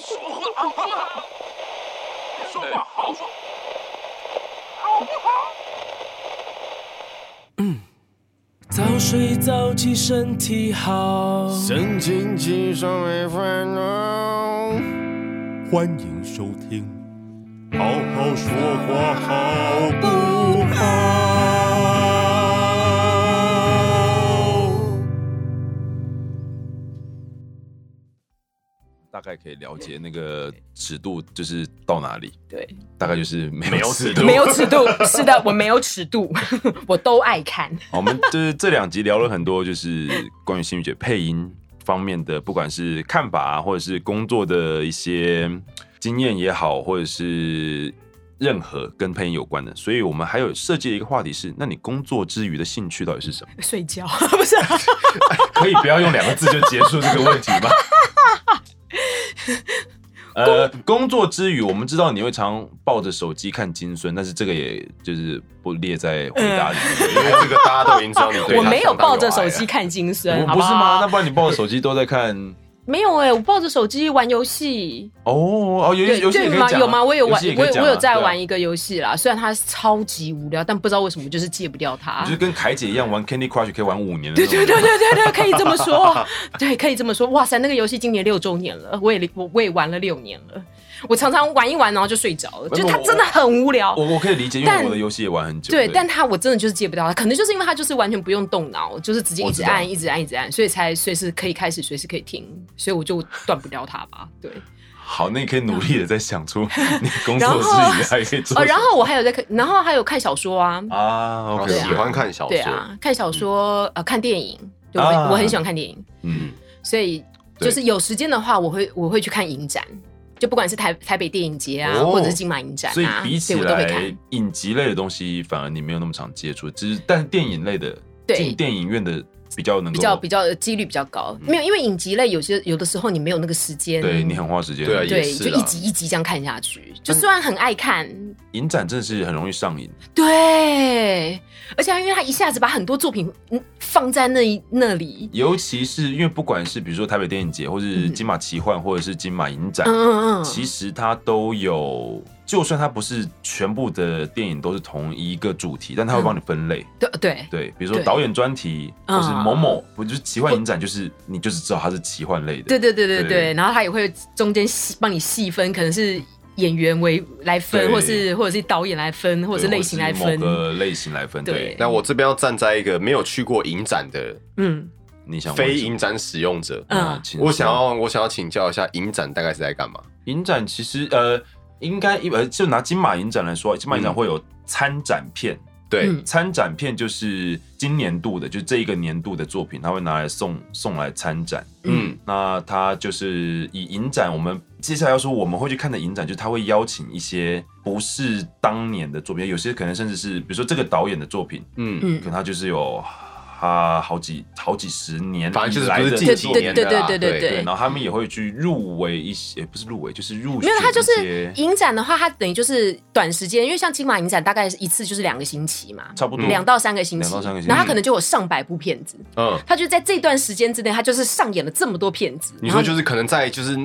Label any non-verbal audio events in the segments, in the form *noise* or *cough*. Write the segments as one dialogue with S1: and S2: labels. S1: 好不好？说话好说，好不好？
S2: 早睡早起身体好。
S3: 神清气爽没烦恼。欢迎收听，好好说话好不好？
S4: 大概可以了解那个尺度就是到哪里，
S5: 对，
S4: 大概就是没
S3: 没有
S4: 有尺
S3: 尺
S4: 度
S3: 度。
S5: 没有尺度，是的，我没有尺 *laughs* 度，我都爱看。
S4: 好我们就是这两集聊了很多，就是关于心宇姐配音方面的，不管是看法、啊、或者是工作的一些经验也好，或者是任何跟配音有关的。所以我们还有设计了一个话题是，那你工作之余的兴趣到底是什么？
S5: 睡觉 *laughs* 不是啊、
S4: 可以不要用两个字就结束这个问题
S5: *laughs*
S4: 吗？呃，工作之余，我们知道你会常抱着手机看金孙，但是这个也就是不列在回答里面。
S3: 因为这个大家都已经知道你对
S5: 我
S3: 他
S5: 没有
S3: 相当
S5: 抱着
S3: 爱
S5: 手
S3: 了
S5: 机看金
S4: 我
S5: 生，好
S4: 不是
S5: 嗯好
S4: 吗？那不然你抱着手机都在看
S5: 没有哎、我抱着手机玩游戏。
S4: 哦哦，游戏
S5: 对
S4: 游戏也
S5: 对
S4: 可以
S5: 吗？
S4: 讲啊
S5: 有吗？我有
S4: 游
S5: 玩
S4: 戏也，可以讲啊
S5: 我有我有在玩
S4: 对啊
S5: 一个游戏啦，虽然它超级无聊，但不知道为什么就是戒不掉它
S4: 你就。是跟凯姐一样玩 Candy Crush 可以玩五年的
S5: 对
S4: 那种
S5: 对
S4: 人。
S5: 对对对对，可以这么说， *laughs* 对，可以这么说。哇塞，那个游戏今年六周年了，我也我我也玩了六年了。我常常玩一玩，然后就睡着了，
S4: 不
S5: 就是它
S4: 我
S5: 真的很无聊。
S4: 我我可以理解，因
S5: 但
S4: 为我的游戏也玩很久。
S5: 对，但他我真的就是戒不掉他，可能就是因为他就是完全不用动脑，就是直接一直
S4: 我知
S5: 按，
S4: 道
S5: 一直按，一直按，所以才随时可以开始，随时可以停，所以我就断不掉他吧。对，
S4: 好，那你可以努力的再想出你工
S5: 然
S4: 作
S5: 后
S4: 之余还可以做什么。
S5: 嗯 *laughs* 哦，然后我还有在看，然后还有看小说啊，
S4: 啊
S3: 我
S4: ，OK，
S3: 喜欢看小
S5: 对
S3: 说，
S5: 啊，看小说，呃，看电影，对我很、
S4: 啊
S5: 我很喜欢看电影，
S4: 嗯，
S5: 所以
S4: 对
S5: 就是有时间的话，我会我会去看影展。就不管是台台北电影节啊，
S4: 哦
S5: 或者是金马影展
S4: 所以
S5: 啊，
S4: 比起
S5: 对我都会
S4: 来
S5: 看。，
S4: 影集类的东西反而你没有那么常接触，只是但电影类的
S5: 对
S4: 进电影院的比较能够
S5: 比较比较几率比较高，没有，因为影集类有些有的时候你没有那个时间，
S4: 对你很花时间。
S3: 对啊也
S5: 嗯对，
S3: 是
S5: 就
S3: 啦
S5: 一集一集这样看下去。
S4: 嗯
S5: 就虽然很爱看，
S4: 影展真的是很容易上瘾。
S5: 对，而且因为他一下子把很多作品嗯放在那一那里，
S4: 尤其是因为不管是比如说台北电影节，或是金马奇幻，或者是金马影展
S5: 嗯，嗯嗯，
S4: 其实它都有，就算它不是全部的电影都是同一个主题，但它会帮你分类。
S5: 对对
S4: 对，比如说
S5: 嗯对导
S4: 导演专题，
S5: 嗯
S4: 或
S5: 或
S4: 是
S5: 是
S4: 某
S5: 某某
S4: 某，不就是奇幻影展，就是你就是知道它是奇幻类的。
S5: 对对对对
S4: 对
S5: 对，然后他也会中间细帮你细分，可能是演员为来分，
S4: 对
S5: 或是或者是导演来分，或者是类型来分
S4: 某，个类型来分。
S5: 对
S4: 对，
S3: 那我这边要站在一个没有去过影展的
S5: 嗯
S4: 你想
S3: 非影展使用者，
S4: 啊
S5: 嗯，
S3: 我想要我想要请教一下影展大概是在干嘛？
S4: 影展其实呃，应该一呃，就拿金马影展来说，金马影展
S3: 嗯
S4: 会有参展片，
S3: 对，
S5: 嗯
S4: 参展片就是今年度的，就这一个年度的作品，它会拿来送送来参展。
S3: 嗯，
S4: 那它就是以影展，我们接下来要说我们会去看的影展，就是它会邀请一些不是当年的作品，有些可能甚至是比如说这个导演的作品，
S3: 嗯，
S5: 嗯
S4: 可能，它就是有他好几好几十年以来的，
S3: 反正就是不是
S5: 对
S3: 近几
S5: 对
S3: 年的啦，
S5: 对对对对
S4: 啊对，然后他们也会去入围一些，不是入围，就是入
S5: 没
S4: 选
S5: 有，他就
S4: 一些
S5: 是影展的话，它等于就是短时间，因为像金马影展大概一次就是两个星期嘛，
S4: 差不多
S5: 两到三个星期，
S4: 两到三个星期
S5: 然后他可能就有上百部片子，
S3: 嗯，
S5: 他就在这段时间之内，他就是上演了这么多片子。
S3: 你说就是是可能在就是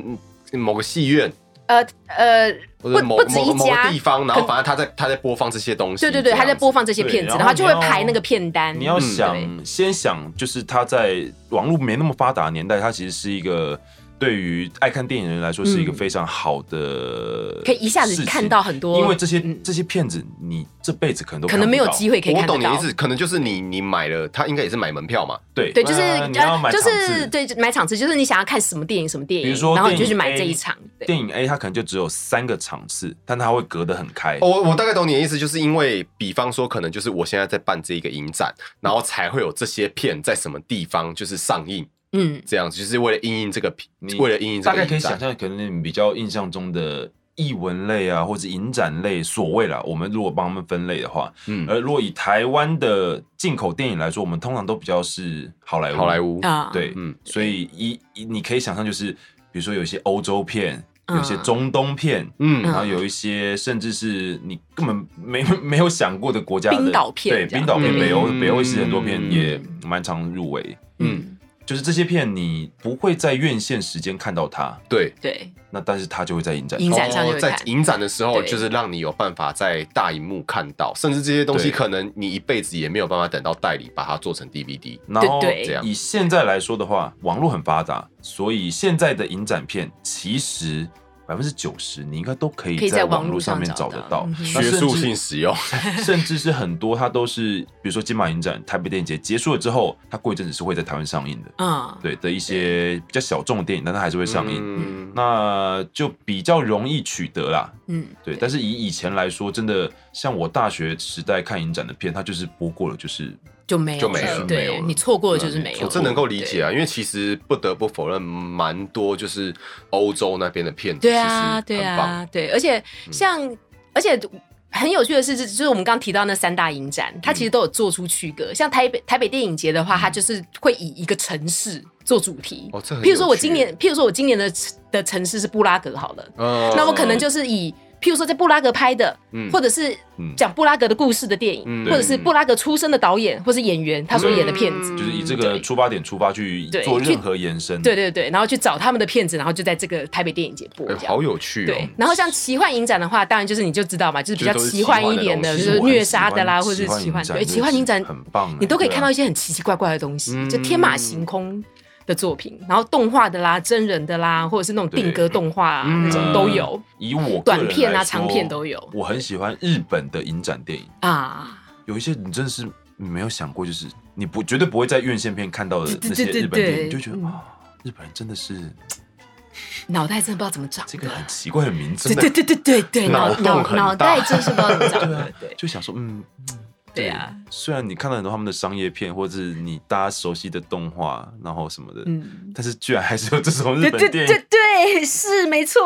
S3: 某个戏院
S5: 呃呃，
S3: 或者
S5: 不
S3: 某
S5: 不止
S3: 某
S5: 一
S3: 某
S5: 家
S3: 个地，方，然后
S5: 可
S3: 反正他在他在播放这些东西，
S5: 对对对，
S3: 这样
S5: 他
S3: 子
S5: 在播放这些片子，
S4: 对
S5: 然后就会
S4: 然后你要
S5: 排那个片单。
S4: 你要
S3: 嗯
S4: 想、
S5: 对
S4: 先想，就是他在网络没那么发达的年代，它其实是一个对于爱看电影的人来说是一个
S5: 嗯
S4: 非常好的，
S5: 可以一下子看到。很多，
S4: 因为这些、
S5: 嗯
S4: 这些片子，你这辈子可能都
S5: 可能没有机
S4: 会。
S5: 会可以
S3: 我
S5: 看
S3: 懂
S5: 得
S3: 你的意
S5: 到。
S3: 思，可能就是你你买了，他应该也是买门票嘛，
S4: 对
S5: 对，就是
S4: 呃你要买
S5: 就
S4: 场次
S5: 是对买场次，就是你想要看什么电影什么电影，
S4: 比如说
S5: 然后你就
S4: 电影
S5: 去买
S4: A
S5: 这一场。对，
S4: 电影 A，它可能就只有三个场次，但它会隔得很开。
S3: 哦，我我大概懂你的意思，就是因为，比方说，可能就是我现在在办这一个影展，然后才会有这些片在什么地方就是上映，
S5: 嗯，
S3: 这样子就是为了应应这个片
S4: 你，
S3: 为了应应这
S4: 大
S3: 个
S4: 概
S3: 影
S4: 可以
S3: 展
S4: 想象，可能你比较印象中的译文类啊，或者影展类，所谓啦，我们如果帮他们分类的话，
S3: 嗯，
S4: 而如果以台湾的进口电影来说，我们通常都比较是好莱坞，
S3: 好莱坞，
S5: 啊，
S4: 对，
S3: 嗯
S4: 所以一一你可以想象，就是比如说有一些欧洲片，
S5: 嗯
S4: 有一些中东片。
S3: 嗯
S4: 然后有一些甚至是你根本没 *laughs* 没有想过的国家的
S5: 冰岛片
S4: 对
S5: 这样
S4: 冰岛片、
S3: 嗯
S4: 北欧北欧一些很多片
S3: 嗯
S4: 也蛮常入围，
S5: 嗯，
S4: 就是这些片你不会在院线时间看到它，
S3: 对，
S5: 对，
S4: 那但是它就会在影展
S5: 影
S4: 上。
S5: 展上就会
S3: 哦在
S5: 看
S3: 影展的时候，
S5: 对
S3: 就是让你有办法在大荧幕看到，甚至这些东西
S4: 对
S3: 可能你一辈子也没有办法等到代理把它做成 DVD。
S4: 然后
S5: 对
S3: 对
S4: 以现在来说的话，网络很发达，所以现在的影展片其实百分之九十你应该都可
S5: 可以
S4: 以
S5: 在
S4: 在
S5: 网
S4: 网
S5: 络
S4: 络上
S5: 上
S4: 面
S5: 找
S4: 找得
S5: 到
S4: 到
S5: 嗯，
S3: 学
S4: 那甚
S3: 术
S4: 至
S3: 性使用，
S4: 甚至 *laughs* 是很多它都是，比如说金马影展、台北电影节结束了之后，它过一阵子是会在台湾上映的，
S5: 嗯，
S4: 对的一些比较小众的电影，但它还是会上映，
S3: 嗯，
S4: 那就比较容易取得啦。
S5: 嗯，
S4: 对，但是以以前来说，真的像我大学时代看影展的片，它就是播过了，就是
S5: 就没有
S3: 就没
S5: 了
S3: 了
S4: 没有
S5: 对
S4: 了
S5: 你错过了
S1: 啊
S5: 就是没有
S3: 我
S5: 了，
S3: 这能够理解啊，因为其实不得不否认，蛮多就是欧洲那边的片子，
S5: 对啊，
S3: 其
S5: 对
S3: 实很棒。嗯
S5: 啊，对，而且像、而且。很有趣的是，就是我们刚提到那三大影展，它
S3: 嗯
S5: 其实都有做出区隔。像台北台北电影节的话，它就是会以一个城市做主题。
S3: 哦这很有趣
S5: 譬如说我今年，譬如说我今年的的城市是布拉格好了，
S3: 嗯
S5: 那我可能就是以譬如说在布拉格拍的，
S3: 嗯
S5: 或者是
S4: 嗯
S5: 讲布拉格的故事的电影，
S3: 嗯
S5: 或者是布拉格出身的导演或是演员他所演的片子。
S3: 嗯
S4: 就是以这
S5: 对
S4: 个出发点出发去
S5: 对
S4: 做
S5: 去
S4: 任何延伸。
S5: 对对对，然后去找他们的片子，然后就在这个台北电影节播，
S3: 哎
S5: 这样
S3: 好有趣哦
S5: 对，，然后像奇幻影展的话，当然就是你就知道嘛，就是比较奇幻一点的，
S3: 就
S5: 就是是
S3: 都
S5: 虐杀的啦，或者
S4: 者
S5: 是奇幻对奇
S4: 奇
S5: 幻
S4: 幻
S5: 影
S4: 影
S5: 展
S4: 展，很棒欸，
S5: 你都可以看到
S4: 对啊。
S5: 一些很奇奇怪怪的东西，
S3: 嗯
S5: 就天马行空的作品，然后动画的啦、真人的啦，或者是那种定格动画啊
S3: 嗯
S5: 那种都有
S4: 以我个人
S5: 短片啊
S4: 来说
S5: 长片都有
S4: 我很喜欢日本的影展电影，
S5: 啊，
S4: 有一些你真的是没有想过，就是你不绝对不会在院线片看到的
S5: 对
S4: 那
S5: 对
S4: 些
S5: 对
S4: 日本电
S5: 对
S4: 影，你就觉得
S5: 嗯
S4: 啊，日本人真的是
S5: 脑袋真的不知道怎么长
S4: 这个
S5: 的，
S4: 很奇怪的名字
S5: 对，对对对对对，
S3: 脑
S5: 脑
S3: 洞
S5: 脑
S3: 很大
S5: 脑袋真是不知道怎么长
S4: 对啊
S5: 的，对
S4: 就想说嗯。
S5: 对啊，
S4: 虽然你看到很多他们的商业片，或者是你大家熟悉的动画，然后什么的，
S5: 嗯
S4: 但是居然还是有这种日
S5: 对对
S4: 本
S5: 对
S4: 电
S5: 对
S4: 影，
S5: 对，是没错，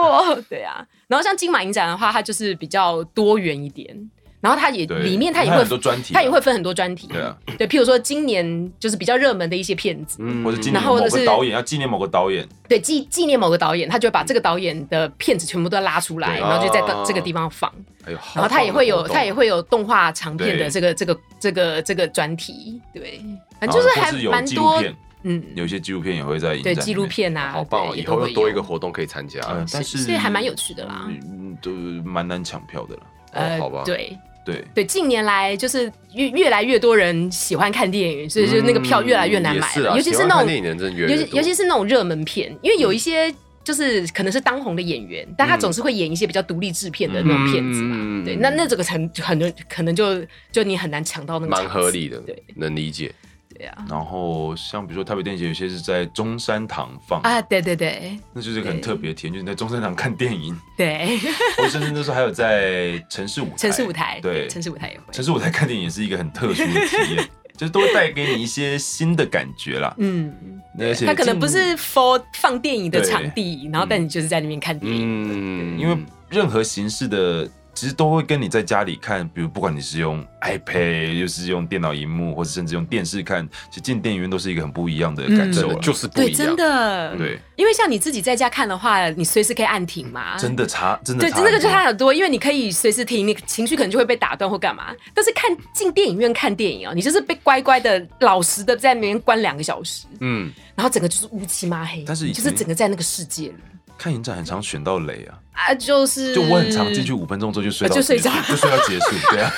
S5: 对啊。然后像金马影展的话，它就是比较多元一点，然后它也
S4: 对
S5: 里面它也
S4: 它
S5: 会
S4: 很多专题啊
S5: 它也会分很多专题，
S4: 对啊
S5: 对，譬如说今年就是比较热门的一些片子，
S3: 嗯
S4: 或者今
S5: 然
S4: 年
S5: 后
S4: 某
S5: 或者是啊
S4: 个导演要纪念某个导演，
S5: 对纪纪念某个导演，他就会把这个导演的片子全部都拉出来，
S4: 对
S5: 然后就在
S3: 哦
S5: 这个地方放，
S3: 哎呦，
S5: 然后它也会有它也
S3: 会
S5: 会有动画长片的
S4: 对
S5: 这个这个这个这个专题，对，反
S3: 啊
S4: 然
S5: 正
S4: 后
S5: 就
S4: 或
S5: 还
S4: 是有
S5: 蛮
S4: 纪录
S5: 多，
S4: 片
S5: 嗯，
S4: 有些纪录片也会在影展
S5: 对，
S4: 里面
S5: 纪录，片啊，
S3: 好棒哦，
S5: 对
S3: 以
S5: 也都
S3: 后
S5: 会
S3: 又多一
S5: 有嗯
S3: 个活动可以参加。哦
S4: 呃，但
S5: 是
S4: 是
S5: 所以还蛮有趣的啦
S4: 嗯，都蛮难抢票的啦。
S5: 呃，
S3: 哦好吧
S5: 对
S4: 对，
S5: 对，近年来就是越越来越多人喜欢看电影，所以就那个票越来越难买
S3: 也是
S5: 了，
S3: 啊
S5: 尤其
S3: 喜欢
S5: 是那
S3: 看
S5: 种
S3: 电影的人真的越来
S5: 尤
S3: 越
S5: 其
S3: 多
S5: 尤其是那种热门片，因为有一些就是可能是当红的演员，但他总是会演一些比较独立制片的那种片子嘛。
S3: 嗯
S5: 对，那那这个很很可能就就你很难抢到那个场
S3: 蛮
S5: 次，
S3: 合理的
S5: 对，
S3: 能理解。
S5: 对啊，
S4: 然后像比如说台北电影节，有些是在中山堂放，
S5: 啊，对对对
S4: 那就是一个很特别的体验，就是你在中山堂看电影，
S5: 对， *laughs*
S4: 或者甚至那时候还有在城市舞台，
S5: 城市舞
S3: 哎
S5: 台，
S4: 对，
S5: 城市舞台也会，
S4: 城市舞台看电影也是一个很特殊的体验， *laughs* 就是都会带给你一些新的感觉啦。
S5: 嗯，
S4: 而且
S5: 他可能
S4: 进
S5: 不是 for 放电影的
S4: 对
S5: 场地，然后但你就是在那边看电影，
S3: 嗯
S4: 因为任何形式的，其实都会跟你在家里看，比如不管你是用 iPad，又是用电脑荧幕，或者甚至用电视看，其实进电影院都是一个很不一样的感
S3: 真
S4: 受啊
S3: 的
S1: 啊嗯
S4: 啦、
S3: 就是不
S5: 对，
S3: 一样，
S5: 真的，
S4: 对，
S5: 因为像你自己在家看的话，你随时可以按停嘛，
S4: 真的差，真的
S5: 对，
S4: 差很
S5: 那
S4: 多
S5: 个就差很多，因为你可以随时停，你情绪可能就会被打断或干嘛。但是看进电影院看电影哦，你就是被乖乖的、老实的在那边关两个小时，
S3: 嗯，
S5: 然后整个就是乌漆嘛黑，
S4: 但是以
S5: 就
S4: 前
S5: 是整个在那个世界里
S4: 看影展很常选到雷啊，
S5: 啊，就是
S4: 就我很常进去，五分钟之后就睡到
S5: 就睡
S4: 结束
S5: 着
S4: 就睡到结
S5: *laughs*
S4: 束，对啊，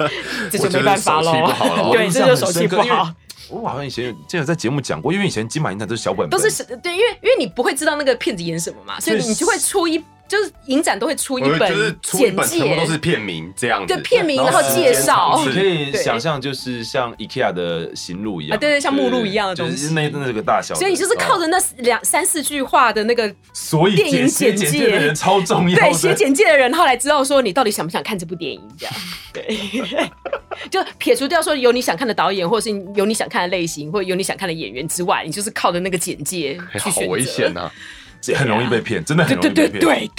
S5: 嗯这
S3: 我
S5: 就
S3: 觉得
S5: 没办法
S3: 手气不好了
S5: 喽，
S4: 我
S5: 对，
S4: 印
S5: 这
S4: 象
S5: 就
S4: 很
S5: 手气
S4: 深刻
S5: 不
S4: 因为
S5: 好。
S4: 我好像以前记得在节目讲过，因为以前金马影展都是小本本，
S5: 都是对，因为因为你不会知道那个骗子演什么嘛，所以
S4: 所以
S5: 你就会出一就是影展都会出
S3: 我
S5: 一
S3: 觉得就是
S5: 本
S3: 出一
S5: 简
S3: 本全部
S5: 介
S3: 都，是片名这样子
S5: 对，片名然后
S4: 时
S5: 介
S4: 间
S5: 绍
S4: 你可以
S5: 对
S4: 想象，就是像 IKEA 的行路一
S5: 啊，
S4: 样，
S5: 对对，像目录一样的
S4: 就
S5: 东
S4: 是
S5: 西。
S4: 那那个大小的，
S5: 所以你就是靠着那两三四句话的那个
S4: 所以
S5: 电影
S4: 写写
S5: 简
S4: 简
S5: 介
S4: 介的人超重要的，
S5: *laughs* 对写简介的人，后来知道说你到底想不想看这部电影，这
S4: *laughs*
S5: 样对， *laughs* 就撇除掉说有你想看的导演，或者是有你想看的类型，或者有你想看的演员之外，你就是靠着那个简介
S3: 哎
S5: 去
S3: 好
S5: 选择。
S3: 危险
S4: 啊
S1: 啊
S3: 呐！
S4: 很容易被骗，真的很
S5: 对
S4: 容易
S5: 对
S4: 被
S5: 对
S4: 骗。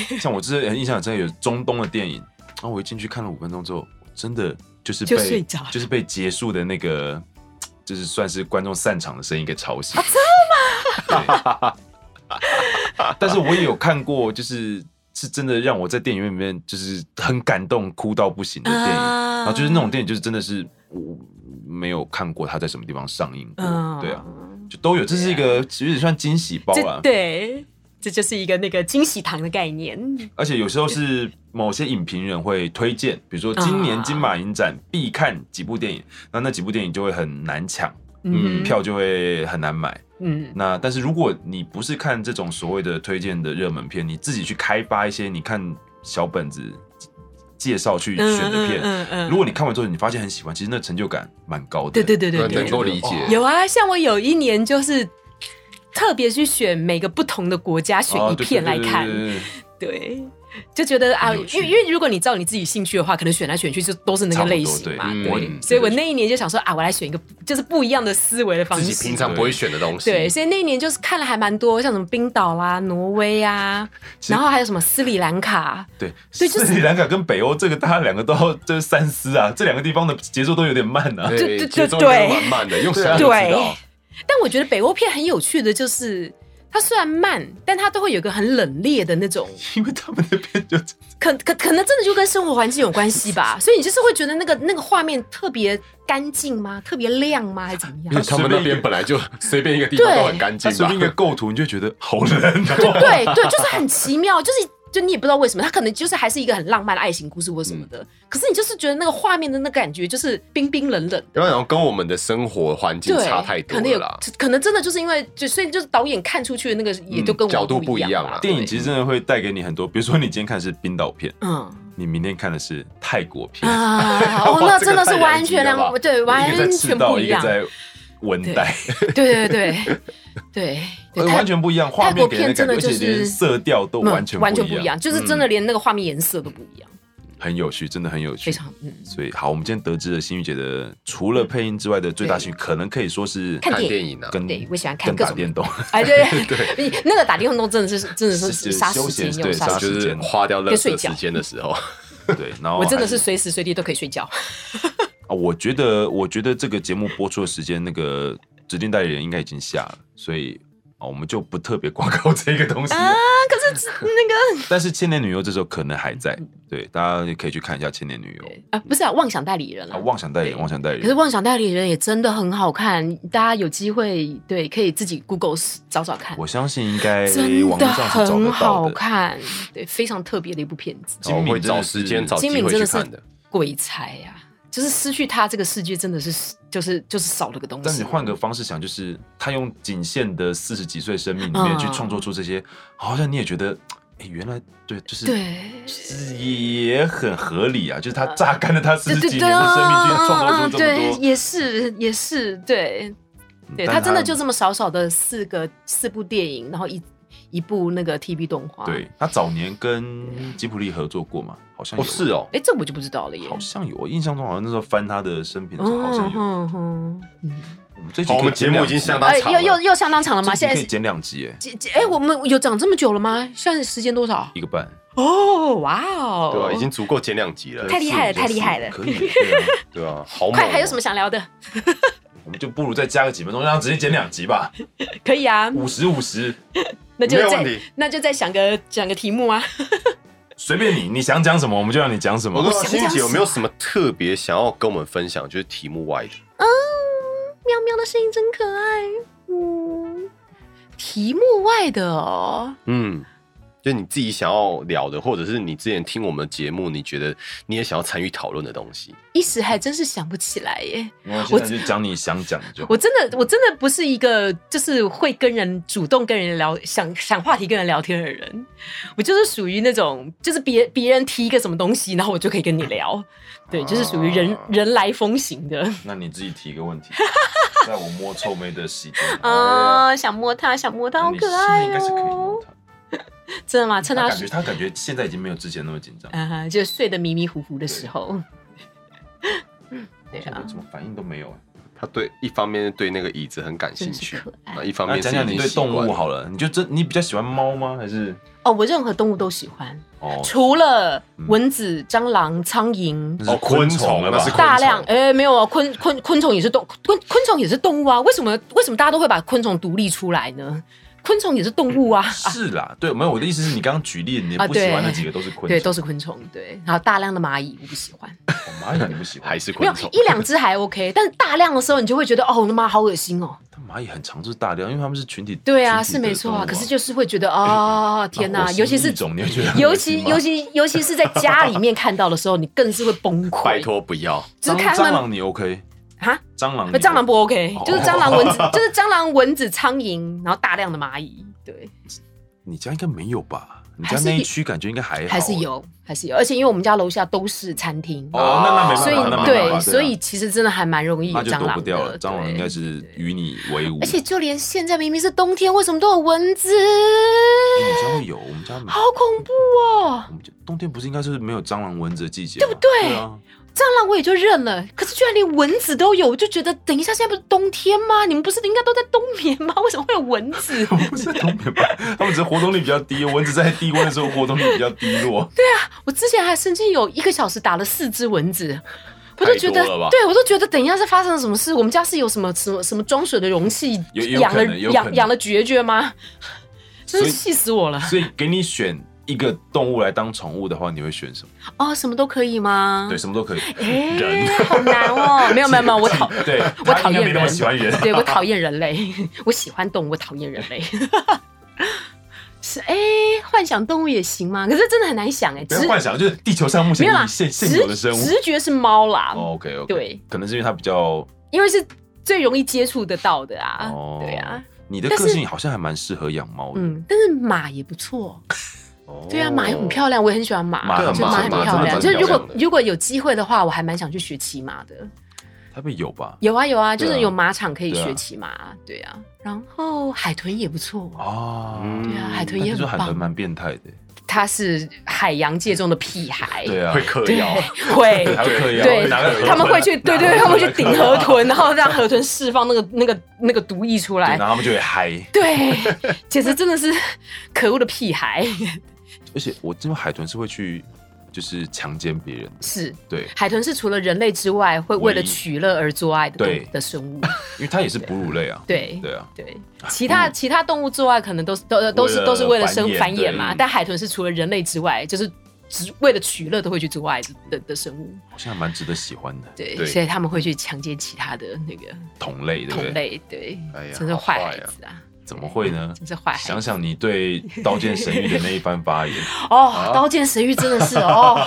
S5: 对对，
S4: 像我之前很印象很深有中东的电影，然后我一进去看了五分钟之后，真的就是
S5: 就睡
S4: 被
S5: 着了
S4: 就是被结束的那个，就是算是观众散场的声音给吵
S5: 啊
S4: 醒。 *laughs* 对但是我也有看过，就是是真的让我在电影院里面就是很感动，哭到不行的电影。
S5: 啊
S4: 然后就是那种电影，就是真的是我我没有看过它在什么地方上映过，
S5: 嗯，
S4: 对啊。啊就都有，这是一个有点算惊喜包
S5: 这
S4: 啦。
S5: 对，这就是一个那个惊喜糖的概念。
S4: 而且有时候是某些影评人会推荐，比如说今年
S5: 啊
S4: 金马影展必看几部电影，那那几部电影就会很难抢，
S5: 嗯
S4: 嗯，票就会很难买。
S5: 嗯，
S4: 那但是如果你不是看这种所谓的推荐的热门片，你自己去开发一些你看小本子介绍去选的片，
S5: 嗯嗯嗯嗯
S4: 如果你看完之后你发现很喜欢，其实那成就感蛮高的。
S5: 对对对对
S1: 能够理解。
S5: 有啊，像我有一年就是特别去选每个不同的国家选
S4: 哦
S5: 一
S4: 对对
S5: 片
S4: 对
S5: 来
S4: 对
S5: 看，
S4: 对对对
S5: 对，就觉得啊，
S4: 很有趣
S5: 因为因为如果你照你自己兴趣的话，可能选来选去就都是那个类型嘛
S4: 差，不
S1: 多对
S5: 对。
S1: 嗯
S5: 所以我那一年就想说啊，我来选一个就是不一样的思维的方
S1: 自己
S5: 式
S1: 平。常不会选的东西，
S5: 哦对，所以那一年就是看了还蛮多，像什么冰岛啦、挪
S1: *laughs*
S5: 威啊，然后还有什么斯里兰卡，
S4: 对，
S5: 对就是
S4: 斯里兰卡跟北欧这个，大家两个都要就是三思啊，这两个地方的节奏都有点慢啊。
S5: 对对
S1: 节奏也
S5: 对
S1: 蛮慢的，用想就知道
S5: 对。但我觉得北欧片很有趣的就是，它虽然慢，但它都会有一个很冷冽的那种，
S4: 因为他们那边就
S5: 可可可能真的就跟生活环境有关系吧。所以你就是会觉得那个那个画面特别干净吗？特别亮吗？还是怎么
S1: 因为
S5: 样？
S1: 他们那边本来就随便一个地方都很干净
S4: 他随
S1: 吧
S4: 便一，个构图，你就觉得好冷
S5: *laughs*
S4: 哦。
S5: 对对，就是很奇妙，就是。就你也不知道为什么，它可能就是还是一个很浪漫的爱情故事或什么的，嗯可是你就是觉得那个画面的那感觉就是冰冰冷冷，
S1: 然后跟我们的生活环境
S5: 对，
S1: 差太多
S5: 可能
S1: 了
S5: 有
S1: 啦。，
S5: 可能真的就是因为就所以就是导演看出去的那个也就跟我们
S1: 角度
S5: 不
S1: 不一样
S5: 吧
S1: 啦
S4: *laughs* 电影其实真的会带给你很多，比如说你今天看的是冰岛片，
S5: 嗯。
S4: 你明天看的是泰国片， *laughs*
S5: 啊，
S1: 哇
S5: 哦，那
S1: 这个
S5: 真的是
S1: 太
S5: 完
S1: 两极
S5: 全
S1: 了吧
S5: 两
S4: 一个
S5: 对，
S4: 在
S5: 完
S4: 赤
S5: 全不
S4: 道，一
S5: 一
S4: 个
S5: 样，
S4: 在温带，
S5: *laughs*
S4: 呃
S5: 对对对
S4: *laughs*
S5: 对对，泰
S4: 完全不一样，画
S5: 泰国
S4: 面给人
S5: 片
S4: 的
S5: 真
S4: 感
S5: 的
S4: 觉，而
S5: 就
S4: 且连
S5: 是
S4: 色调都
S5: 嗯
S4: 完全
S5: 完全
S4: 不
S5: 不
S4: 一
S5: 一
S4: 样嗯
S5: 样，，就是真的连那个画面颜色都不一样，
S4: 很有趣，真的很有趣，
S5: 非常
S4: *laughs*
S5: 嗯，
S4: 所以好，我们今天得知了心玉姐的除了配音之外的最大兴趣，可能可以说是
S5: 看
S1: 看
S5: 电
S1: 电影啊，
S4: 跟
S5: 对我喜欢看
S4: 跟
S5: 各
S4: 打
S5: 种
S4: 电动，
S5: 哎对对对，那个打电动真的是真的
S4: 是
S5: 是
S4: 是
S5: 杀
S4: 休
S5: 时间
S4: 闲
S5: 用
S4: 对
S5: 杀
S4: 杀
S5: 时
S1: 就
S5: 间，
S1: 是花掉垃
S5: 跟睡
S1: 圾
S5: 觉
S1: 时间的时候，
S4: 对，然后
S5: 我真的
S4: 哦还
S5: 是随时随地都可以睡觉，
S4: 啊，我觉得，我觉得这个节目播出的时间，那个指定代理人应该已经下了，所以啊，我们就不特别广告这个东西。
S5: 啊可
S4: *laughs*
S5: 是那个
S4: 但是《千年女优》这首可能还在，对，大家也可以去看一下《千年女优》
S5: 啊不是啊，妄想代理人
S4: 啊，
S5: 啊，
S4: 妄想代理人，
S5: 对
S4: 妄想代理
S5: 可是
S4: 人，
S5: 妄想代理人也真的很好看，大家有机会对可以自己 Google 找找看，
S4: 我相信应该
S5: 真
S4: 网
S5: 的
S4: 络上是找得
S5: 很
S4: 到
S5: 好
S4: 的。
S5: 看，对，非常特别的一部片子，
S4: 精
S1: 哦我
S4: 明
S1: 会
S4: 真的
S1: 找
S4: 是
S1: 时间找机
S5: 金敏
S1: 会
S5: 真
S1: 去
S5: 的是
S1: 看的。
S5: 鬼才呀、就是失去他这个世界真的是就是就是少了个东西。
S4: 但你换个方式想，就是他用仅限的四十几岁生命里面
S5: 嗯
S4: 去创作出这些，好像你也觉得，哎，原来对，就是
S5: 对。
S4: 是也很合理啊， *laughs* 就是他榨干了他四
S5: 对
S4: 十
S5: 对
S4: 几
S5: 对，
S4: 年的生命去
S5: 嗯
S4: 创造
S5: 嗯
S4: 出这么
S5: 对，
S4: 多。嗯
S5: 也是也是，对对，
S4: 但
S5: 他真的就这么少少的四个四部电影，然后一一部那个 TV 动画，
S4: 对，他早年跟吉普力合作过嘛，好像有
S1: 哦，是，哦，
S5: 哎，这我就不知道了耶。
S4: 好像有，我印象中好像那时候翻他的生平的时候好像有。
S5: 嗯哼嗯
S4: 我们这集
S1: 好，我们
S4: 可以剪
S1: 节目
S4: 两
S1: 已经
S4: 集
S1: 相
S4: 了
S1: 当
S5: 哎，
S1: 长
S5: 又又
S1: 了，
S5: 又相当长了
S4: 这
S5: 吗？
S4: 集
S5: 现在
S4: 可以
S5: 是
S4: 剪两集，哎，
S5: 几几哎，我们有讲这么久了吗？现在时间多少
S4: 一？个半，
S5: 哦，哇哦，
S1: 对啊，已经足够剪两集了，
S5: 太厉害了，
S4: 呃四
S5: 太厉害了！
S4: 可以，对啊
S1: 对啊，好猛哦。
S5: 快，还有什么想聊的？
S4: 我们就不如再加个几分钟，让他直接剪两集吧，
S5: 可以啊，
S4: 五十五十，
S5: 那就
S1: 没有
S5: 再
S1: 问题
S5: 那就再想个想个题目啊。
S4: 随便你，你想讲什么我们就让你讲什
S1: 我
S4: 么
S1: 不。知
S5: 我
S1: 道
S5: 想
S1: 欣
S5: 讲
S1: 姐有
S5: 什
S1: 没有
S5: 么
S1: 什么特别想要跟我们分享，就是题目外的？
S5: 喵喵的声音真可爱，嗯。题目外的哦，
S1: 嗯，就你自己想要聊的，或者是你之前听我们的节目，你觉得你也想要参与讨论的东西。
S5: 一时还真是想不起来耶。
S4: 我现在就讲你想讲的就好
S5: 我。真的，我真的不是一个就是会跟人主动跟人聊，想想话题跟人聊天的人。我就是属于那种，就是别别人提一个什么东西，然后我就可以跟你聊。对，就是属于人人来疯型的。
S4: 那你自己提一个问
S5: *laughs*
S4: 题，在我摸臭妹的时间，
S5: 啊，想摸它，想摸它，好
S4: 你
S5: 可
S4: 现在
S5: 爱
S4: 应该是可以摸
S5: 哦！
S4: 他。
S5: 真的吗？趁
S4: 他
S5: 它
S4: 感觉他感觉现在已经没有之前那么紧张，
S5: 啊、就睡得迷迷糊糊的时候，对
S4: 现在
S5: 啊，
S4: 怎么反应都没有哎。
S1: 他对一方面对那个椅子很感兴趣
S5: 真是可，爱
S1: 那一方
S4: 那
S1: 面
S4: 讲
S1: 是
S4: 讲
S1: 已
S4: 你
S1: 经
S4: 对
S1: 习惯
S4: 动物好了，你就真你比较喜欢猫吗？还是
S5: 哦，我任何动物都喜欢，
S4: 哦嗯
S5: 除了蚊子、蟑螂、苍蝇。
S4: 那是昆虫了吧
S1: 哦昆虫那是？昆
S5: 大量哎、没有啊，昆昆昆虫也是动昆昆虫也是动物啊，为什么为什么大家都会把昆虫独立出来呢？昆虫也是动物啊，啊
S4: 是啦，对，没有我的意思是你刚刚举例，你
S5: 啊
S4: 不喜欢
S5: 对
S4: 那几个都是昆虫，
S5: 对，都是昆虫，对，然后大量的蚂蚁我不喜欢，
S4: 哦蚂蚁，你不喜欢？
S1: 还是
S5: 没
S1: 昆
S5: 有
S1: 虫
S5: 一两只还 OK，但是大量的时候你就会觉得哦，我的妈，好恶心哦。
S4: 但蚂蚁很常就是大量，因为它们是群体。
S5: 对啊，
S4: 群
S5: 是
S4: 体的
S5: 没错
S4: 动
S5: 啊，
S4: 物
S5: 可是就是会觉得啊、天
S4: 那
S5: 哪，
S4: 火
S5: 尤
S4: 星
S5: 其是
S4: 异种你会觉得很
S5: 尤
S4: 恶
S5: 其
S4: 心吗
S5: 尤其尤其是在家里面看到的时候，你更是会崩溃。
S1: 拜，托不要，
S5: 就是
S4: 蟑
S5: 看
S4: 蟑
S5: 他们
S4: 螂你 OK，
S5: 哈，
S4: 蟑螂你
S5: 呃蟑螂不 OK，
S4: 哦
S5: 就是蟑螂、蚊子， *laughs* 就是蟑螂、蚊子、苍蝇，然后大量的蚂蚁，对，
S4: 你家应该没有吧？你
S5: 还
S4: 家
S5: 是
S4: 那一
S5: 有
S4: 区感觉应该还好欸
S5: 还是有，还是有，而且因为我们家楼下都是餐厅，
S4: 哦，那那没办法，
S5: 所以
S4: 那没办法啊
S5: 对，所以其实真的还蛮容易有
S4: 那就
S5: 蟑
S4: 躲
S5: 螂
S4: 不
S5: 的。
S4: 掉了。蟑螂应该
S5: 对
S4: 是与你为伍，
S5: 而且就连现在明明是冬天，为什么都有蚊子？
S4: 我们哎家会有，我们家没
S5: 好恐怖哦！
S4: 我们家冬天不是应该是没有蟑螂蚊子的季节吗，对不
S5: 对
S4: 啊， *laughs*
S5: 蟑螂我也就认了，可是居然连蚊子都有，我就觉得等一下，现在不是冬天吗？你们不是应该都在冬眠吗？ *laughs* 为什么会有蚊子？
S4: 不是冬眠吧？ *laughs* 他们只是活动力比较低，蚊子在低温的时候活动力比较低
S5: *laughs*
S4: 落。
S5: 我之前还甚至有一个小时打了四只蚊子。我都觉得
S1: 太多了吧，
S5: 对我都觉得，等一下是发生了什么事？我们家是有什么什么什么装水的容器
S4: 有有
S5: 养
S4: 可
S5: 了
S4: 能有可
S5: 养
S4: 能
S5: 养了绝绝吗？ *laughs* 真
S4: 所
S5: 是
S4: 以
S5: 气死我了！
S4: 所以给你选一个动物来当宠物的话，你会选什么？
S5: 哦，什么都可以吗？
S4: 对，什么都
S5: *laughs*
S4: 可以。
S5: 哎，好难
S4: *laughs*
S5: 哦！没有没有没有，我讨
S4: 对，
S5: 我
S4: 他
S5: 讨
S4: 应该
S5: 厌
S4: 没那么
S5: 人，
S4: 喜欢人。
S5: *laughs* 对我讨厌人类， *laughs* 我喜欢动物，我讨厌人类。 *laughs* 是哎，幻想动物也行吗？可是真的很难想哎，
S4: 不
S5: 直
S4: 要幻想，就是地球上目
S5: 没
S4: 前
S5: 有啦，
S4: 现
S5: 直
S4: 现有的生物。哦
S5: 直觉是猫啦，
S4: OK OK，
S5: 对，
S4: 可能是因为它比较
S5: 因为是最容易接触得到的啊。
S4: 哦，
S5: 对啊，，
S4: 你的
S5: 但是
S4: 个性好像还蛮适合养猫的。
S5: 嗯，但是马也不错。
S4: 哦
S5: 对啊，马也很漂亮，我也很喜欢马，
S4: 马
S5: 就
S4: 很
S5: 马很
S4: 马
S5: 漂
S4: 真的
S5: 亮。
S4: 蛮
S5: 就是如
S1: 漂
S5: 果
S1: 亮的
S5: 如果有机会的话，我还蛮想去学骑马的。
S4: 台北有吧？
S5: 有啊有啊，就
S4: 对
S5: 是
S4: 啊
S5: 有马场可以
S4: 对啊
S5: 学骑马，对啊。然后海豚也不错，
S4: 哦，
S1: 嗯
S5: 对啊，海豚
S4: 但
S5: 也
S4: 听说
S5: 很
S4: 海
S5: 棒哎
S4: 豚。蛮变态的。
S5: 它是海洋界中的屁孩，
S4: 对啊 *laughs*
S1: 会，嗑
S5: 对 *laughs*
S1: 药，
S5: 会。
S4: 还会嗑药，
S5: 对
S4: 拿个，
S5: 他们会去，对对，他们会去顶河
S4: 豚，
S5: 豚，然后让河豚释放那个那个那个毒液出
S4: 对
S5: 来
S4: 然。后他们就会嗨。
S5: 对， *laughs* 简直真的是可恶的屁孩。 *laughs*
S4: 而且我听说海豚是会去，就是强奸别人的。
S5: 是，
S4: 对，
S5: 海豚是除了人类之外，会为了
S4: 唯一
S5: 取乐而做爱的
S4: 对
S5: 动的
S4: *laughs*
S5: 生物。
S4: 因为它也是哺乳类啊。
S5: 对
S4: 对啊，
S5: 对，其他其他动物做爱可能都是都都
S4: 为
S5: 是
S4: 了
S5: 都是为了生
S4: 繁衍
S5: 繁衍
S4: 对
S5: 嘛，但海豚是除了人类之外，就是只为了取乐都会去做爱的的的生物。
S4: 好像还蛮值得喜欢的
S5: 对，
S1: 对
S5: 所以他们会去强奸其他的那个
S4: 同类，对不
S5: 同
S4: 对？
S5: 类，对，
S1: 哎呀
S5: 真是
S1: 好
S5: 坏
S1: 坏
S5: 孩
S1: 啊
S5: 子啊！
S4: 怎么会呢？
S5: 真是坏孩子
S4: 想想你对《刀剑神域》的那一番发言，
S5: 哦，
S4: 啊
S5: 刀剑神域真的是哦，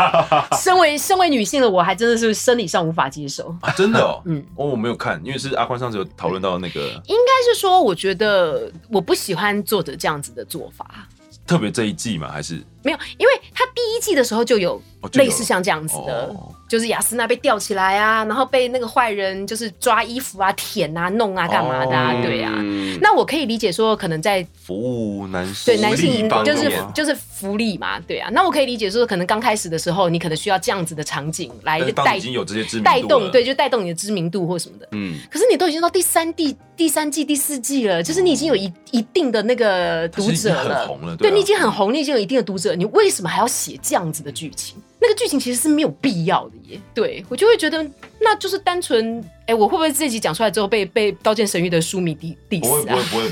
S5: *laughs* 身为身为女性的我，还真的是生理上无法接受。
S4: 啊真的哦，
S5: *laughs* 嗯
S4: 哦，我没有看，因为是阿宽上次有讨论到那个
S5: 应该是说，我觉得我不喜欢作者这样子的做法。
S4: 特别这一季嘛，还是
S5: 没有，因为他第一季的时候就有
S4: 哦就有
S5: 类似像这样子的，
S4: 哦
S5: 就是雅斯娜被吊起来啊，然后被那个坏人就是抓衣服啊、舔啊、弄啊、干嘛的啊，
S4: 哦
S5: 对啊。
S1: 嗯
S5: 那我可以理解说，可能在
S4: 服务男性
S5: 对男性
S1: 方
S5: 就是
S1: 面
S5: 就是福利嘛，对啊。那我可以理解说，可能刚开始的时候，你可能需要这样子的场景来
S4: 但是当
S5: 带
S4: 哎已经有这些知名度
S5: 带
S4: 了
S5: 动，对，，就带动你的知名度或什么的。
S1: 嗯，
S5: 可是你都已经到第三季、第三季、第四季了，就是你已经有一一定的那个读者
S4: 它其实已经
S5: 了，
S4: 很红了对
S5: 对
S4: 啊
S5: 你已经很红，你已经有一定的读者，你为什么还要写这样子的剧情？那个剧情其实是没有必要的耶。对我就会觉得，那就是单纯，哎，我会不会这集讲出来之后被被《刀剑神域》的书迷 diss
S4: 不会不会
S5: 啊？
S4: 不会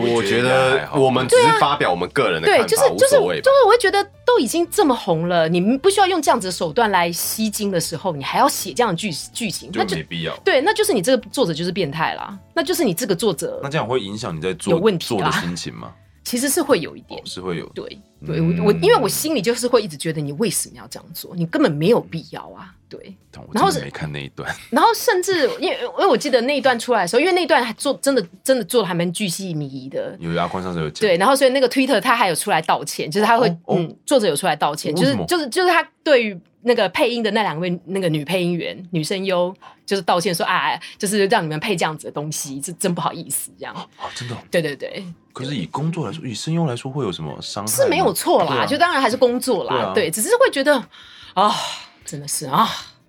S1: *laughs*
S4: 会，
S1: 我觉
S4: 应该还
S1: 得
S4: 好
S1: 我们只是发表我们个人的看
S5: 对，
S1: 法，
S5: 就是就是
S1: 无所谓
S5: 就
S1: 吧。
S5: 是，我会觉得都已经这么红了，你不需要用这样子的手段来吸睛的时候，你还要写这样的剧剧情，那
S4: 就
S5: 就
S4: 没必要。
S5: 对，那就是你这个作者就是变态啦，那就是你这个作者
S4: 那这样会影响你在做
S5: 有问题
S4: 做
S5: 啦
S4: 的心情
S5: *laughs*
S4: 吗？
S5: 其实是会有一点
S4: 哦，，是会有
S5: 对对，
S4: 嗯
S5: 我我因为我心里就是会一直觉得你为什么要这样做，你根本没有必要啊，对。
S4: 但我
S5: 然后
S4: 真的
S5: 是
S4: 没看那一段，
S5: 然后甚至因为因为我记得那一段出来的时候，因为那一段还做真的真的做的还蛮巨细靡遗的。
S4: 有阿宽上次有讲，
S5: 对，然后所以那个 Twitter 他还有出来道歉，就是他会、
S4: 哦哦
S5: 嗯，作者有出来道歉，
S4: 为
S5: 就是
S4: 什么
S5: 就是就是他对于那个配音的那两位那个女配音员女声优，就是道歉说啊，就是让你们配这样子的东西，这真不好意思这样。
S4: 啊，真的哦。
S5: 对对对，
S4: 可是以工作来说，以声优来说，会有什么伤害吗？
S5: 是没有错
S4: 对
S5: 啦，
S4: 啊
S5: 就当然还是工作啦，
S4: 对啊
S5: 对，只是会觉得啊、真的是啊、